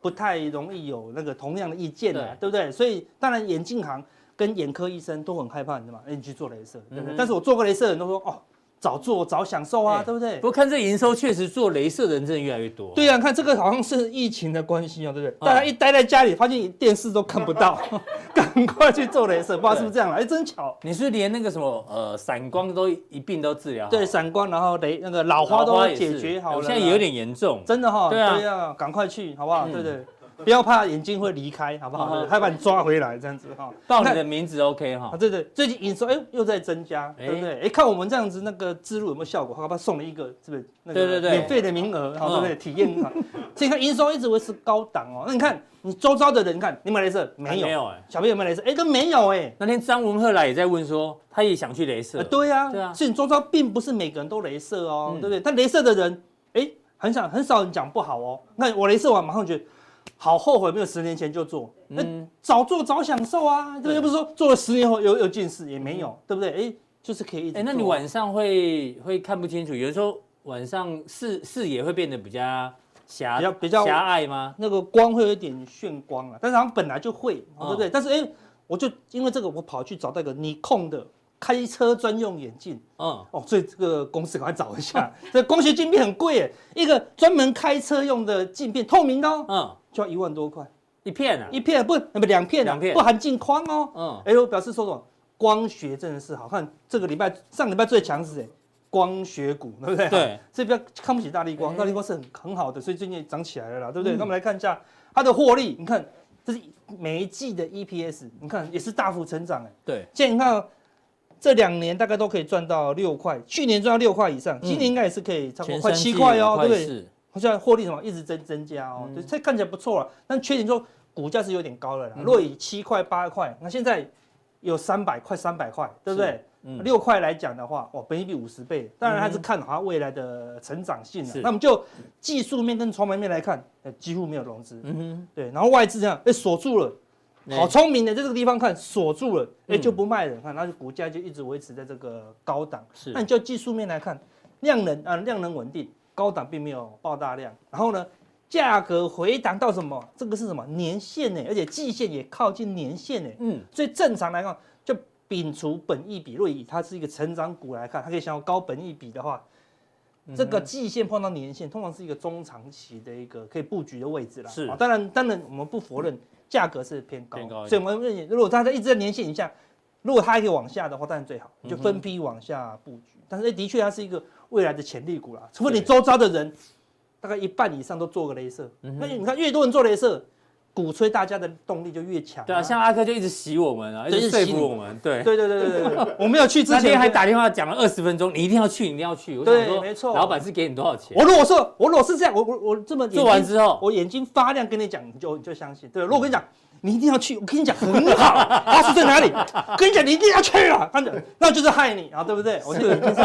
Speaker 2: 不太容易有那个同样的意见了，
Speaker 1: 对
Speaker 2: 对不对？所以当然眼镜行跟眼科医生都很害怕，你知道吗？哎你去做镭射，对不
Speaker 1: 嗯
Speaker 2: 对？
Speaker 1: 哼
Speaker 2: 但是我做过镭射，人都说哦，早做早享受啊，
Speaker 1: 哎
Speaker 2: 对不对
Speaker 1: 不？过看这营收，确实做镭射的人真的越来越多。
Speaker 2: 对呀、看这个好像是疫情的关系哦，对不
Speaker 1: 嗯
Speaker 2: 对？大家一待在家里，发现电视都看不到， 赶快去做镭射，不知道是不是这样了？哎，真巧，
Speaker 1: 你是不是连那个什么呃散光都一并都治疗好了？
Speaker 2: 对，闪光，然后雷那个
Speaker 1: 老
Speaker 2: 老花都
Speaker 1: 也
Speaker 2: 解
Speaker 1: 是
Speaker 2: 决
Speaker 1: 哎我
Speaker 2: 好了
Speaker 1: 现
Speaker 2: 啦，
Speaker 1: 在也有点严重。
Speaker 2: 真的哈、
Speaker 1: 对啊嗯
Speaker 2: 对呀、赶快去好不好？对不对？不要怕眼睛会离开，好不
Speaker 1: 好好
Speaker 2: 好？他把你抓回来这样子哈。
Speaker 1: 报你
Speaker 2: 那
Speaker 1: 的名字 OK 哈
Speaker 2: 啊，。对对，最近营收哎又在增加，
Speaker 1: 哎
Speaker 2: 对不对？哎，看我们这样子那个植入有没有效果？好吧，送了一个是不是？那
Speaker 1: 对对
Speaker 2: 个
Speaker 1: 对
Speaker 2: 免费的名额，好
Speaker 1: 嗯
Speaker 2: 对不对？体验 款，所以看营收一直维持高档哦。那你看你周遭的人，你看你买雷射没
Speaker 1: 还没
Speaker 2: 有？
Speaker 1: 有哎。
Speaker 2: 小朋友买雷射哎都没有哎。
Speaker 1: 那天张文赫来也在问说，他也想去镭射
Speaker 2: 啊，，对呀、
Speaker 1: 对啊
Speaker 2: 所以你周遭并不是每个人都镭射哦，
Speaker 1: 嗯
Speaker 2: 对不对？但镭射的人，哎，很少很少人讲不好哦。那我镭射完，马上觉得好后悔，没有十年前就做，那、
Speaker 1: 嗯
Speaker 2: 早做早享受啊，对不
Speaker 1: 对
Speaker 2: 对？又不是说做了十年后有有近视也没有，对不对？哎，就是可以一直做。啊
Speaker 1: 哎，那你晚上会会看不清楚，有时候晚上视视野会变得比较狭
Speaker 2: 比较比较
Speaker 1: 狭隘吗？
Speaker 2: 那个光会有一点眩光啊，但是好像本来就会，
Speaker 1: 哦
Speaker 2: 对不对？但是哎，我就因为这个，我跑去找到一个尼控的开车专用眼镜。
Speaker 1: 嗯，
Speaker 2: 哦，所以这个公司赶快找一下，这光学镜片很贵耶，一个专门开车用的镜片，透明的哦，
Speaker 1: 嗯，
Speaker 2: 就要一万多块，
Speaker 1: 一片啊，
Speaker 2: 一片不，那么两片啊，
Speaker 1: 两片
Speaker 2: 不含镜框哦。
Speaker 1: 嗯，
Speaker 2: 哎呦，表示说什么？光学真的是好看，这个礼拜上礼拜最强是谁？光学股，对不对？
Speaker 1: 对，
Speaker 2: 所以不要看不起大力光，
Speaker 1: 哎嗯
Speaker 2: 大力光是很很好的，所以最近也涨起来了啦，对不对？那我们来看一下它的获利，你看这是每一季的 EPS，你看也是大幅成长哎。
Speaker 1: 对，
Speaker 2: 现在你看哦这两年大概都可以赚到六块，去年赚到六块以上，今年应该也是可以差不多快
Speaker 1: 嗯三季
Speaker 2: 七块
Speaker 1: 五
Speaker 2: 哦，对不
Speaker 1: 块
Speaker 2: 对？
Speaker 1: 四嗯
Speaker 2: 好像获利什么一直增增加哦，对，这看起来不错了。但缺点说股价是有点高了
Speaker 1: 嗯
Speaker 2: 啦，若以七块八块，那现在有三百块三百块，对不对？
Speaker 1: 嗯，
Speaker 2: 六块来讲的话，哇，本益比五十倍，当然还是看好它未来的成长性了
Speaker 1: 是。
Speaker 2: 那我们就技术面跟筹码面来看，呃，几乎没有融资，
Speaker 1: 嗯
Speaker 2: 对，然后外资这样，哎，锁住了。
Speaker 1: 哼，
Speaker 2: 好
Speaker 1: 哎，
Speaker 2: 聪明的，在这个地方看锁住了，哎、
Speaker 1: 嗯
Speaker 2: 就不卖了，看，那就股价就一直维持在这个高档。
Speaker 1: 是
Speaker 2: 那你就技术面来看，量能啊、量能稳定，高档并没有爆大量。然后呢，价格回档到什么？这个是什么年线呢？而且季线也靠近年线呢。
Speaker 1: 嗯，
Speaker 2: 所以正常来看，就摒除本益比，若以它是一个成长股来看，它可以想要高本益比的话，
Speaker 1: 嗯
Speaker 2: 这个季线碰到年线，通常是一个中长期的一个可以布局的位置啦。
Speaker 1: 是
Speaker 2: 啊当然，当然我们不否认价格是偏高，
Speaker 1: 偏高一点
Speaker 2: 所以我们认为如果它在一直在年线以下，如果它还可以往下的话，当然最好，
Speaker 1: 嗯
Speaker 2: 你就分批往下布局。但是、哎的确它是一个未来的潜力股啦，除非你
Speaker 1: 对
Speaker 2: 周遭的人大概一半以上都做个镭射，
Speaker 1: 嗯
Speaker 2: 那你看越多人做镭射，鼓吹大家的动力就越强、
Speaker 1: 对啊，像阿珂就一直洗我们啊，一
Speaker 2: 对
Speaker 1: 直
Speaker 2: 一直
Speaker 1: 说
Speaker 2: 洗
Speaker 1: 服
Speaker 2: 你
Speaker 1: 我们，对。
Speaker 2: 对对对对对，我没有去之
Speaker 1: 哎那天
Speaker 2: 前
Speaker 1: 还，打电话讲了二十分钟，你一定要去，你一定要去。我想
Speaker 2: 对
Speaker 1: 说，
Speaker 2: 没错
Speaker 1: 老板是给你多少钱？
Speaker 2: 我如果说，我如果是这样，我我我这么眼睛
Speaker 1: 做完之后，
Speaker 2: 我眼睛发亮跟你讲，你就你就相信。对，如果我跟你讲，你一定要去，我跟你讲很好， 阿叔在哪里？跟你讲，你一定要去啊！他讲，那就是害你啊，对不对？我这个眼睛是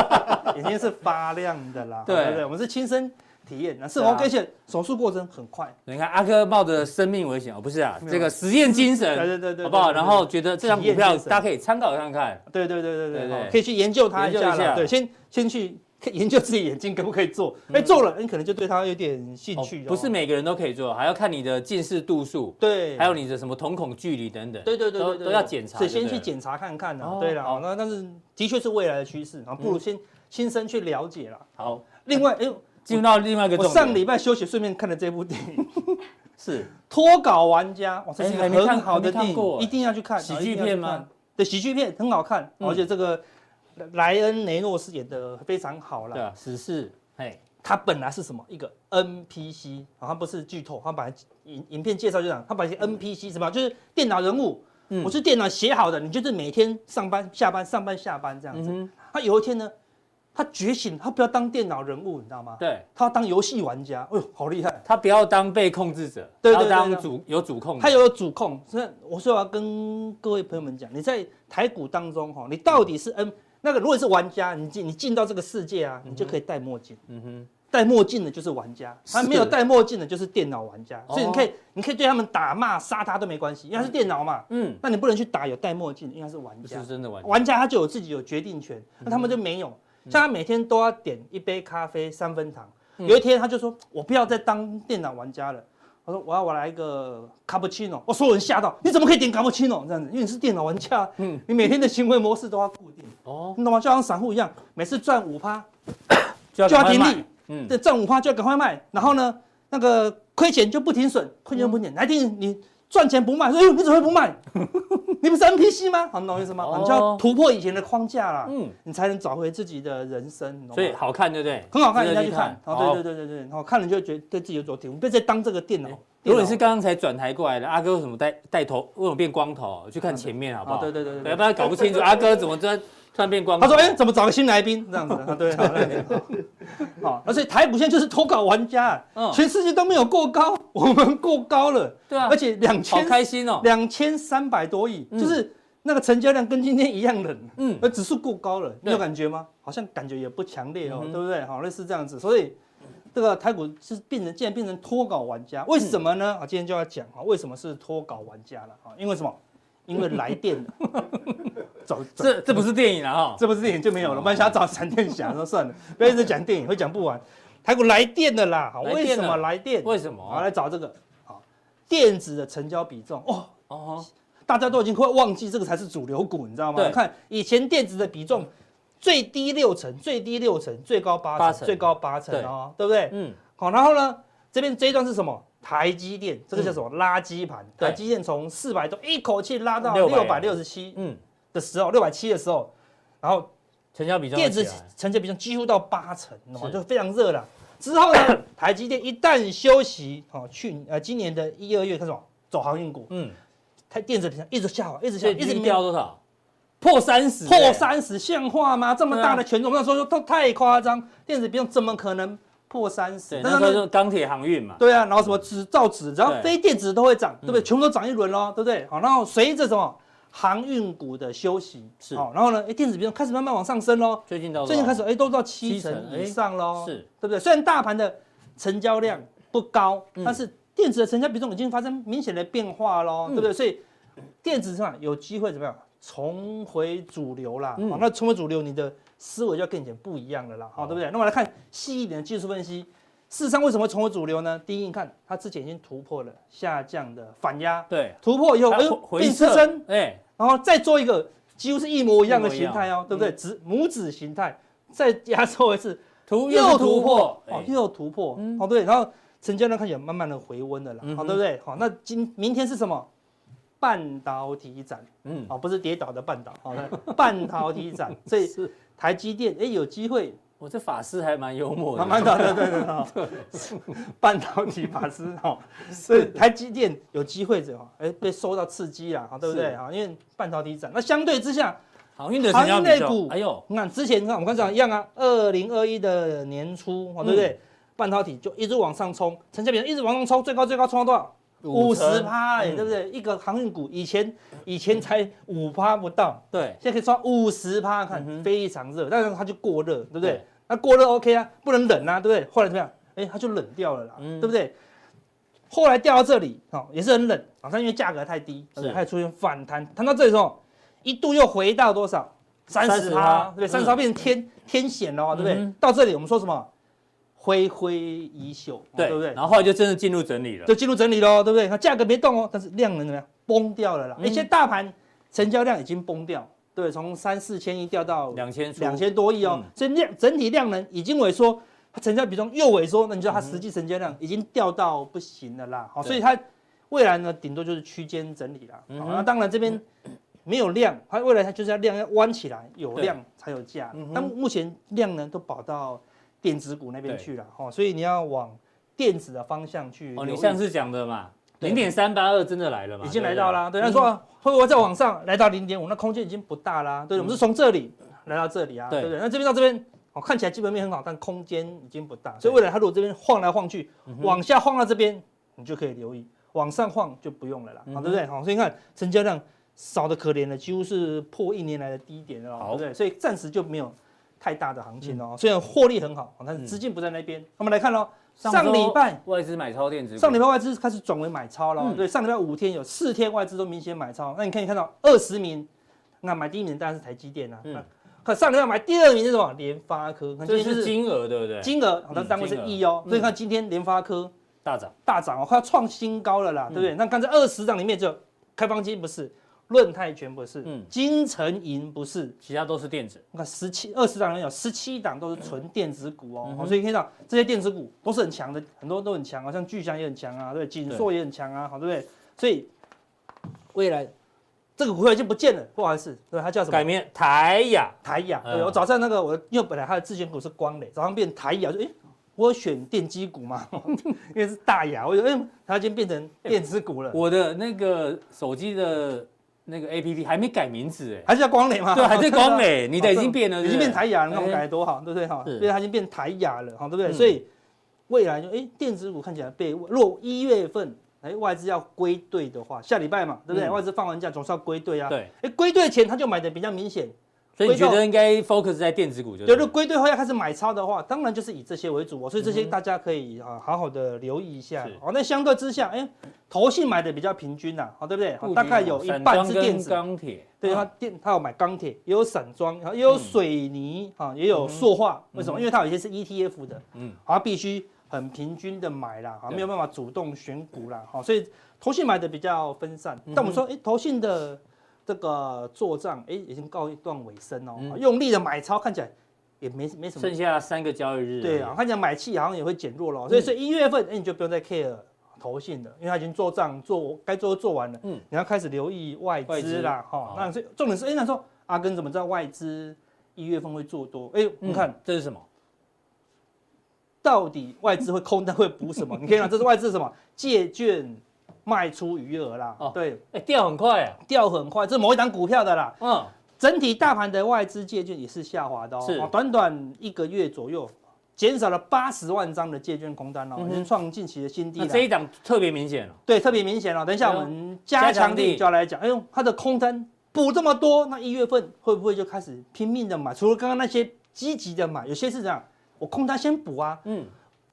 Speaker 2: 眼睛是发亮的啦，
Speaker 1: 对
Speaker 2: 不对？我们是亲身体验，那是
Speaker 1: 对啊
Speaker 2: 我而且手术过程很快，
Speaker 1: 你看阿珂冒着生命危险哦，不是啊，
Speaker 2: 没有
Speaker 1: 这个实验精
Speaker 2: 对对
Speaker 1: 神，
Speaker 2: 对对对，
Speaker 1: 好不好？
Speaker 2: 对
Speaker 1: 然后觉得这张股
Speaker 2: 体验
Speaker 1: 票
Speaker 2: 精神
Speaker 1: 大家可以参考看看。
Speaker 2: 对对对
Speaker 1: 对
Speaker 2: 对对
Speaker 1: 对
Speaker 2: 对，哦可以去研究它一下
Speaker 1: 研究一下
Speaker 2: 啦，对，先先去研究自己眼睛可不可以做，哎，做了你可能就对它有点兴
Speaker 1: 嗯哦
Speaker 2: 趣哦，
Speaker 1: 不是每个人都可以做，还要看你的近视度数，
Speaker 2: 对，
Speaker 1: 还有你的什么瞳孔距离等等。
Speaker 2: 对对对
Speaker 1: 都
Speaker 2: 对对
Speaker 1: 都要检查
Speaker 2: 所以
Speaker 1: 就对
Speaker 2: 先去
Speaker 1: 了
Speaker 2: 检查看看呢、
Speaker 1: 哦嗯
Speaker 2: 对啦，
Speaker 1: 好
Speaker 2: 哦那但是的确是未来的趋势啊，不如先亲身去了解啦。
Speaker 1: 好，
Speaker 2: 另外，哎、呦，
Speaker 1: 进入到另外一个重
Speaker 2: 我
Speaker 1: 点。
Speaker 2: 上礼拜休息顺便看了这部电影《
Speaker 1: 是
Speaker 2: 脱稿玩家》，哇，这是一
Speaker 1: 哎还
Speaker 2: 个
Speaker 1: 没看
Speaker 2: 很好
Speaker 1: 还没
Speaker 2: 的
Speaker 1: 看
Speaker 2: 电影，
Speaker 1: 过哎
Speaker 2: 一定要去看。
Speaker 1: 喜
Speaker 2: 哦
Speaker 1: 剧
Speaker 2: 一定要去
Speaker 1: 片吗
Speaker 2: 看对，喜剧片很好看，
Speaker 1: 嗯
Speaker 2: 而且这个莱恩雷诺饰演的非常好啦
Speaker 1: 对。啊，史事，嘿，
Speaker 2: 他本来是什么一个 NPC，好、像不是剧透，他本来影影片介绍就讲，他把一些 NPC 什么，就是电脑人物，
Speaker 1: 嗯
Speaker 2: 我是电脑写好的，你就是每天上班下班上班下班这样
Speaker 1: 嗯
Speaker 2: 子。
Speaker 1: 哼，
Speaker 2: 他有一天呢，他觉醒，他不要当电脑人物，你知道吗？
Speaker 1: 对
Speaker 2: 他要当游戏玩家，哎呦，好厉害！
Speaker 1: 他不要当被控制者，
Speaker 2: 对对
Speaker 1: 他要
Speaker 2: 对对
Speaker 1: 当
Speaker 2: 对
Speaker 1: 主有主控者。
Speaker 2: 他有主控，所以我说我要跟各位朋友们讲，你在台股当中哈，你到底是 N 那个，如果你是玩家，你进你进到这个世界啊，你就可以戴墨镜。
Speaker 1: 嗯哼，
Speaker 2: 戴墨镜的就是玩家，他
Speaker 1: 是
Speaker 2: 没有戴墨镜的就是电脑玩家，
Speaker 1: 哦
Speaker 2: 所以你可以你可以对他们打骂杀他都没关系，因为他是电脑嘛。
Speaker 1: 嗯，
Speaker 2: 那你不能去打有戴墨镜，因为他是玩
Speaker 1: 不
Speaker 2: 家
Speaker 1: 是，真的玩家。
Speaker 2: 玩家他就有自己有决定权，
Speaker 1: 嗯
Speaker 2: 那他们就没有。像他每天都要点一杯咖啡三分糖，
Speaker 1: 嗯
Speaker 2: 有一天他就说：“我不要再当电脑玩家了。”我说：“我要我来一个卡布奇诺。”我所有人吓到：“你怎么可以点卡布奇诺这样子？因为你是电脑玩家，啊
Speaker 1: 嗯
Speaker 2: 你每天的行为模式都要固定，
Speaker 1: 哦，
Speaker 2: 你懂吗？就像散户一样，每次赚五趴
Speaker 1: 就
Speaker 2: 就要
Speaker 1: 赶
Speaker 2: 停
Speaker 1: 快
Speaker 2: 利
Speaker 1: 卖。，嗯，
Speaker 2: 这赚五趴就要赶快卖，然后呢，那个亏钱就不停损，亏钱就不停损，来定你赚钱不卖，所以哎你怎么会不卖？ 你不是 NPC 吗？好，你懂我意思吗？
Speaker 1: 哦
Speaker 2: 你就要突破以前的框架啦，
Speaker 1: 嗯
Speaker 2: 你才能找回自己的人生，你懂吗
Speaker 1: 所以好看，对不对？
Speaker 2: 很好看，
Speaker 1: 值
Speaker 2: 人
Speaker 1: 得哦
Speaker 2: 家去看。哦
Speaker 1: 好，
Speaker 2: 哦，对对对对对，然后看了就觉得对自己有所体悟，不要再当这个电脑
Speaker 1: 哎如果你是刚刚才转台过来的，阿哥为什么带带头？为什么变光头？去看前面好不好？
Speaker 2: 啊对对对对对
Speaker 1: 要不然搞不 清楚阿哥怎么突然突然变光头。
Speaker 2: 他说：“哎、怎么找个新来宾这样子？” 啊，对，好，那你好好，而且台股现在就是投稿玩家，
Speaker 1: 嗯
Speaker 2: 全世界都没有过高，我们过高了，
Speaker 1: 对啊
Speaker 2: 而且两
Speaker 1: 好
Speaker 2: 千
Speaker 1: 开心哦，
Speaker 2: 两千三百多亿，
Speaker 1: 嗯
Speaker 2: 就是那个成交量跟今天一样冷，
Speaker 1: 嗯
Speaker 2: 嗯，而指数过高了，你
Speaker 1: 对
Speaker 2: 有感觉吗？好像感觉也不强烈哦，
Speaker 1: 嗯哼
Speaker 2: 对不对？好，类似这样子，所以这个台股是变成，竟然变成脱稿玩
Speaker 1: 嗯
Speaker 2: 家，为什么呢？啊，今天就要讲啊，为什么是脱稿玩家了啊？因为什么？因为来电 了，走，走
Speaker 1: 这这不是电影了哈。
Speaker 2: 这部电影就没
Speaker 1: 哦
Speaker 2: 有了。我们想要找闪电侠，说算了，不要一直讲电影，会讲不完。台股来电的啦，好，
Speaker 1: 来
Speaker 2: 为
Speaker 1: 电
Speaker 2: 什
Speaker 1: 了
Speaker 2: 么来电？
Speaker 1: 为什么
Speaker 2: 好，来找这个，好，电子的成交比重，哦，
Speaker 1: 哦，
Speaker 2: 大家都已经快忘记这个才是主流股，你知道吗
Speaker 1: 对？
Speaker 2: 看以前电子的比重最低六成，最低六成，最高八
Speaker 1: 八
Speaker 2: 成，
Speaker 1: 成
Speaker 2: 最高八成
Speaker 1: 对
Speaker 2: 哦，对不对？
Speaker 1: 嗯，
Speaker 2: 好，然后呢，这边这一段是什么？台积电，这个叫什么？垃圾盘。
Speaker 1: 嗯对
Speaker 2: 台积电从四百多一口气拉到六
Speaker 1: 600
Speaker 2: 百六十七
Speaker 1: 嗯，
Speaker 2: 的时候，六百七的时候，然后
Speaker 1: 成交比重
Speaker 2: 电子
Speaker 1: 起来
Speaker 2: 成交比重几乎到八成，你懂吗
Speaker 1: 是
Speaker 2: 就非常热了。之后呢，台积电一旦休息，哦，去呃今年的一二月开始往走航运股，
Speaker 1: 嗯，
Speaker 2: 它电子比重一直下滑，一直下
Speaker 1: 所
Speaker 2: 滑，
Speaker 1: 以
Speaker 2: 一直
Speaker 1: 一
Speaker 2: 没
Speaker 1: 掉多少？破三十，
Speaker 2: 破三十，哎像话吗？这么
Speaker 1: 欸对啊
Speaker 2: 大的权重，那时候都太夸张，电子比重怎么可能破三
Speaker 1: 对
Speaker 2: 十？，
Speaker 1: 那时候就钢铁航运嘛，
Speaker 2: 对啊，然后什么纸、造纸，只要
Speaker 1: 对嗯
Speaker 2: 非电子都会涨，对不对？全部都涨一轮喽，对不对？好，然后随着什么航运股的休息，
Speaker 1: 是
Speaker 2: 好，然后呢，哎，电子比重开始慢慢往上升喽，
Speaker 1: 最近到
Speaker 2: 最近开始
Speaker 1: 多少
Speaker 2: 哎都到七
Speaker 1: 七成哎
Speaker 2: 成以上喽，
Speaker 1: 是
Speaker 2: 对不对？虽然大盘的成交量不高，
Speaker 1: 嗯
Speaker 2: 但是电子的成交比重已经发生明显的变化喽，
Speaker 1: 嗯
Speaker 2: 对不对？所以电子上有机会怎么样重回主流啦？
Speaker 1: 嗯
Speaker 2: 好，那重回主流，你的思维就要跟以前不一样了啦，好，对不对？那我们来看细一点的技术分析。事实上，为什么会重回主流呢？第一，你看它之前已经突破了下降的反压，
Speaker 1: 对，
Speaker 2: 突破以后，哎
Speaker 1: 还
Speaker 2: 呦，
Speaker 1: 回
Speaker 2: 变支
Speaker 1: 撤
Speaker 2: 撑，，
Speaker 1: 哎，
Speaker 2: 然后再做一个几乎是一模一样的形
Speaker 1: 一模
Speaker 2: 态哦，
Speaker 1: 一样
Speaker 2: 对不对？指拇指形态，再压缩一次，
Speaker 1: 突
Speaker 2: 又
Speaker 1: 又
Speaker 2: 突
Speaker 1: 突
Speaker 2: 破
Speaker 1: 破，
Speaker 2: 哦
Speaker 1: 哎，
Speaker 2: 又突破
Speaker 1: 嗯，
Speaker 2: 哦对，然后成交量看起来慢慢的回温了啦，
Speaker 1: 嗯
Speaker 2: 好
Speaker 1: 哼
Speaker 2: 对不对？好，那今明天是什么？半导体展
Speaker 1: 嗯，
Speaker 2: 哦，不是跌倒的半岛， 好的，半导体 展，所以
Speaker 1: 是
Speaker 2: 台积电哎有机会
Speaker 1: 我这法师还蛮幽默的，
Speaker 2: 慢慢的， 对对对对，哦 半导体法师哈，哦所以台积电有机会怎么样？哎，被受到刺激啦，好哦对不对？
Speaker 1: 是
Speaker 2: 好，因为半导体展，那相对之下，
Speaker 1: 航运的成交
Speaker 2: 航运
Speaker 1: 比
Speaker 2: 类股
Speaker 1: 重，哎呦，
Speaker 2: 哦你看之前，你看我们刚才讲一样啊，二零二一的年初，哦，对不对？半导体就一直往上冲，成交比重一直往上冲，最高最高冲到多少？五十趴，哎，
Speaker 1: 嗯
Speaker 2: 对不对？一个航运股以前以前才五趴不到，
Speaker 1: 对，
Speaker 2: 现在可以冲到五十趴，看
Speaker 1: 嗯哼
Speaker 2: 非常热，但是它就过热，对不对
Speaker 1: 对？
Speaker 2: 那过热 OK 啊，不能冷啊，对不对？后来怎么样？哎，它就冷掉了啦，
Speaker 1: 嗯
Speaker 2: 对不对？后来掉到这里，哦，也是很冷，好像因为价格太低，对不对
Speaker 1: 是
Speaker 2: 它也出现反弹，弹到这里之后，一度又回到多少？三十趴，对不对？三十趴
Speaker 1: 嗯
Speaker 2: 变成天天险了哦，对
Speaker 1: 嗯
Speaker 2: 不对
Speaker 1: 哼？
Speaker 2: 到这里我们说什么？挥挥衣袖，哦
Speaker 1: 对
Speaker 2: 对不对？
Speaker 1: 然后后来就真的进入整理了，
Speaker 2: 就进入整理喽，对不对？它价格没动哦，但是量能怎么样？崩掉了啦！
Speaker 1: 嗯
Speaker 2: 而且大盘成交量已经崩掉，对，从三四千亿掉到
Speaker 1: 两千出
Speaker 2: 两，千多亿哦
Speaker 1: 嗯，
Speaker 2: 所以量整体量能已经萎缩，它成交比重又萎缩，那你知道它实际成交量已经掉到不行了啦。好，
Speaker 1: 对
Speaker 2: 所以它未来呢，顶多就是区间整理啦。
Speaker 1: 嗯
Speaker 2: 好，
Speaker 1: 哼
Speaker 2: 那当然这边没有量，它未来它就是要量要弯起来，有
Speaker 1: 对
Speaker 2: 量才有价
Speaker 1: 嗯哼。
Speaker 2: 那目前量呢都跑到电子股那边
Speaker 1: 对
Speaker 2: 去了，哦，所以你要往电子的方向去留
Speaker 1: 哦，
Speaker 2: 意。
Speaker 1: 你上次讲的嘛，
Speaker 2: 对
Speaker 1: 零点三八二真的来了嘛，
Speaker 2: 已经来到啦。对，他
Speaker 1: 嗯
Speaker 2: 说啊会不会再往上来到零点五？那空间已经不大啦。对，我们是从这里来到这里啊，
Speaker 1: 嗯对
Speaker 2: 对不对？那这边到这边，哦，看起来基本面很好，但空间已经不大。所以未来它如果这边晃来晃去，
Speaker 1: 嗯
Speaker 2: 往下晃到这边，你就可以留意；往上晃就不用了啦，
Speaker 1: 嗯
Speaker 2: 好，
Speaker 1: 哼
Speaker 2: 对不对？好，所以你看成交量少的可怜了，几乎是破一年来的低点了哦，
Speaker 1: 好嗯
Speaker 2: 对不对？所以暂时就没有太大的行情哦。虽然获利很好，哦但是资金不在那边。我们来看喽，上
Speaker 1: 周
Speaker 2: 礼拜。
Speaker 1: 外资买超电子股，
Speaker 2: 上礼拜外资开始转为买超了哦，
Speaker 1: 嗯
Speaker 2: 对，上礼拜五天有四天外资都明显买超，那你可以看到二十名，那买第一名当然是台积电啊，
Speaker 1: 嗯
Speaker 2: 那可上礼拜买第二名是什么？联发科，那今
Speaker 1: 这
Speaker 2: 天就是
Speaker 1: 金额对不对？
Speaker 2: 金额，好像单位是
Speaker 1: 金额
Speaker 2: 亿哦，
Speaker 1: 嗯
Speaker 2: 所以看今天联发科
Speaker 1: 大涨，
Speaker 2: 大涨哦，快要创新高了啦，
Speaker 1: 嗯
Speaker 2: 对不对？那刚才二十档里面只有开放金不是，润泰全不是
Speaker 1: 嗯，
Speaker 2: 金城银不是，
Speaker 1: 其他都是电子，
Speaker 2: 你看十七二十档里面有十七档都是纯电子股哦，
Speaker 1: 嗯
Speaker 2: 好所以你看到这些电子股都是很强的，很多都很强啊，像巨翔也很强啊，对，锦硕也很强啊，好对不对？所以未来这个股票已经不见了，不好意思，对，它叫什
Speaker 1: 改
Speaker 2: 么？
Speaker 1: 名台雅，
Speaker 2: 台雅。
Speaker 1: 嗯
Speaker 2: 对，我早上那个我因为本来它的自选股是光磊，早上变台雅，就哎，我有选电机股嘛， 因为是大雅，我觉得哎，它已经变成电子股了，
Speaker 1: 我的那个手机的那个 APP 还没改名字哎，
Speaker 2: 还是叫光磊嘛？
Speaker 1: 对，还在光磊，
Speaker 2: 磊。
Speaker 1: 你的已经变了，
Speaker 2: 已经变台
Speaker 1: 台
Speaker 2: 雅了，那我
Speaker 1: 哎
Speaker 2: 们改得多好，对不对哈？
Speaker 1: 是
Speaker 2: 因为它已经变台雅了，哈，对不对？
Speaker 1: 嗯
Speaker 2: 所以未来就哎，电子股看起来被若一月份哎外资要归队的话，下礼拜嘛，对不对？
Speaker 1: 嗯
Speaker 2: 外资放完假总是要归队啊。
Speaker 1: 对，
Speaker 2: 哎，归队前他就买的比较明显，
Speaker 1: 所以你觉得应该 focus 在电子股就
Speaker 2: 对，
Speaker 1: 对
Speaker 2: 如果
Speaker 1: 了。
Speaker 2: 归队后要开始买超的话，当然就是以这些为主哦，所以这些大家可以啊好好的留意一下
Speaker 1: 嗯是
Speaker 2: 哦。那相对之下，哎，投信买的比较平均呐，哦好，对不对？
Speaker 1: 布
Speaker 2: 好
Speaker 1: 局
Speaker 2: 大概有一
Speaker 1: 散
Speaker 2: 半
Speaker 1: 装
Speaker 2: 是
Speaker 1: 跟
Speaker 2: 电子，
Speaker 1: 钢铁，
Speaker 2: 对，它
Speaker 1: 啊
Speaker 2: 电它有买钢铁，也有散装，然后也有水泥啊，也有塑化。为什么？因为它有一些是 ETF 的，
Speaker 1: 嗯
Speaker 2: 嗯，它必须很平均的买啦，啊，
Speaker 1: 对
Speaker 2: 没有办法主动选股啦，好，所以投信买的比较分散。
Speaker 1: 嗯
Speaker 2: 但我们说，哎，投信的这个做账，哎，已经告一段尾声哦，
Speaker 1: 嗯
Speaker 2: 啊用力的买超看起来也没没什么
Speaker 1: 剩下三个交易日。
Speaker 2: 对啊，，看起来买气好像也会减弱了哦，
Speaker 1: 嗯
Speaker 2: 所以所以一月份，哎、你就不用再 care 投信了，因为它已经做账做该做都做完了，
Speaker 1: 嗯
Speaker 2: 嗯，你要开始留意外
Speaker 1: 外
Speaker 2: 资
Speaker 1: 资哦
Speaker 2: 啦，哈
Speaker 1: 好，
Speaker 2: 那所以重点是，哎、那说阿根怎么知道外资一月份会做多？哎、你看、
Speaker 1: 嗯这是什么？
Speaker 2: 到底外资会空单会补 什么？你可以看这是外资什么借券卖出余额啦，
Speaker 1: 哦
Speaker 2: 对，
Speaker 1: 哎，掉很快啊。
Speaker 2: 掉很快，这是某一档股票的啦，
Speaker 1: 嗯，
Speaker 2: 整体大盘的外资借券也是下滑的哦，
Speaker 1: 是
Speaker 2: 哦短短一个月左右，减少了八十万张的借券空单哦，
Speaker 1: 嗯哼
Speaker 2: 已经创近期的新低
Speaker 1: 那
Speaker 2: 了。
Speaker 1: 啊这一档特别明显了。
Speaker 2: 对，特别明显哦。等一下
Speaker 1: 对啊
Speaker 2: 我们加强
Speaker 1: 加强
Speaker 2: 力
Speaker 1: 力
Speaker 2: 就要来讲，哎呦，它的空单补这么多，那一月份会不会就开始拼命的买？除了刚刚那些积极的买，有些是这样，我空单先补啊，
Speaker 1: 嗯，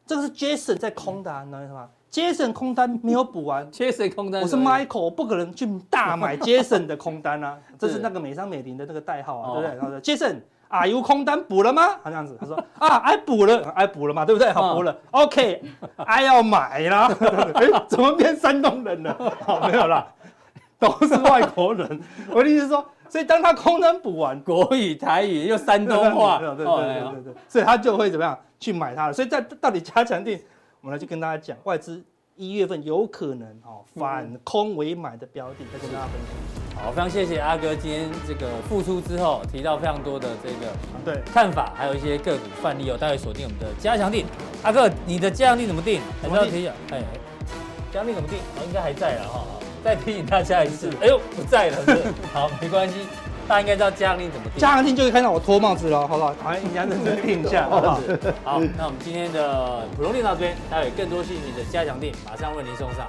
Speaker 2: 这个是 Jason 在空的、啊，你懂我意思吗？Jason 空单没有补完，
Speaker 1: 缺谁空单？
Speaker 2: 我是 Michael，我不可能去大买 Jason 的空单 啊，这是那个美商美林的那个代号啊，
Speaker 1: 哦
Speaker 2: 对不对？然后说 Jason。啊，有空单补了吗？好这样子，他说啊， 哎补了，哎补了嘛，对
Speaker 1: 哦
Speaker 2: 不对？好补了，OK，哎 要买 啦。哎，怎么变山东人了？ 好，没有啦，都是外国人。我的意思是说，所以当他空单补完，
Speaker 1: 国语、台语又山东话。
Speaker 2: 对对
Speaker 1: 哦
Speaker 2: 对
Speaker 1: 哎
Speaker 2: 对
Speaker 1: 呀
Speaker 2: 对对，所以他就会怎么样去买它了。所以在到底加强定，我们来去跟大家讲，外资一月份有可能哦
Speaker 1: 嗯
Speaker 2: 反空为买的标的，再跟大家分享。
Speaker 1: 好，非常谢谢阿哥今天这个复出之后提到非常多的这个
Speaker 2: 对，
Speaker 1: 看法，还有一些个股范例哦，待会锁定我们的加强定。阿哥，你的加强定怎么定？还是
Speaker 2: 怎
Speaker 1: 要
Speaker 2: 么定
Speaker 1: 提醒，哎，加强定怎么定？哦，应该还在了哈、哦，再提醒大家一次。哎呦，不在了， 是好，没关系，大家应该知道加强定怎么定。
Speaker 2: 加强定就可以看到我脱帽子了，好不好？好，你要认真定一下，好不好？
Speaker 1: 好，那我们今天的普通店到这边，待会更多讯息的加强店马上为您送上。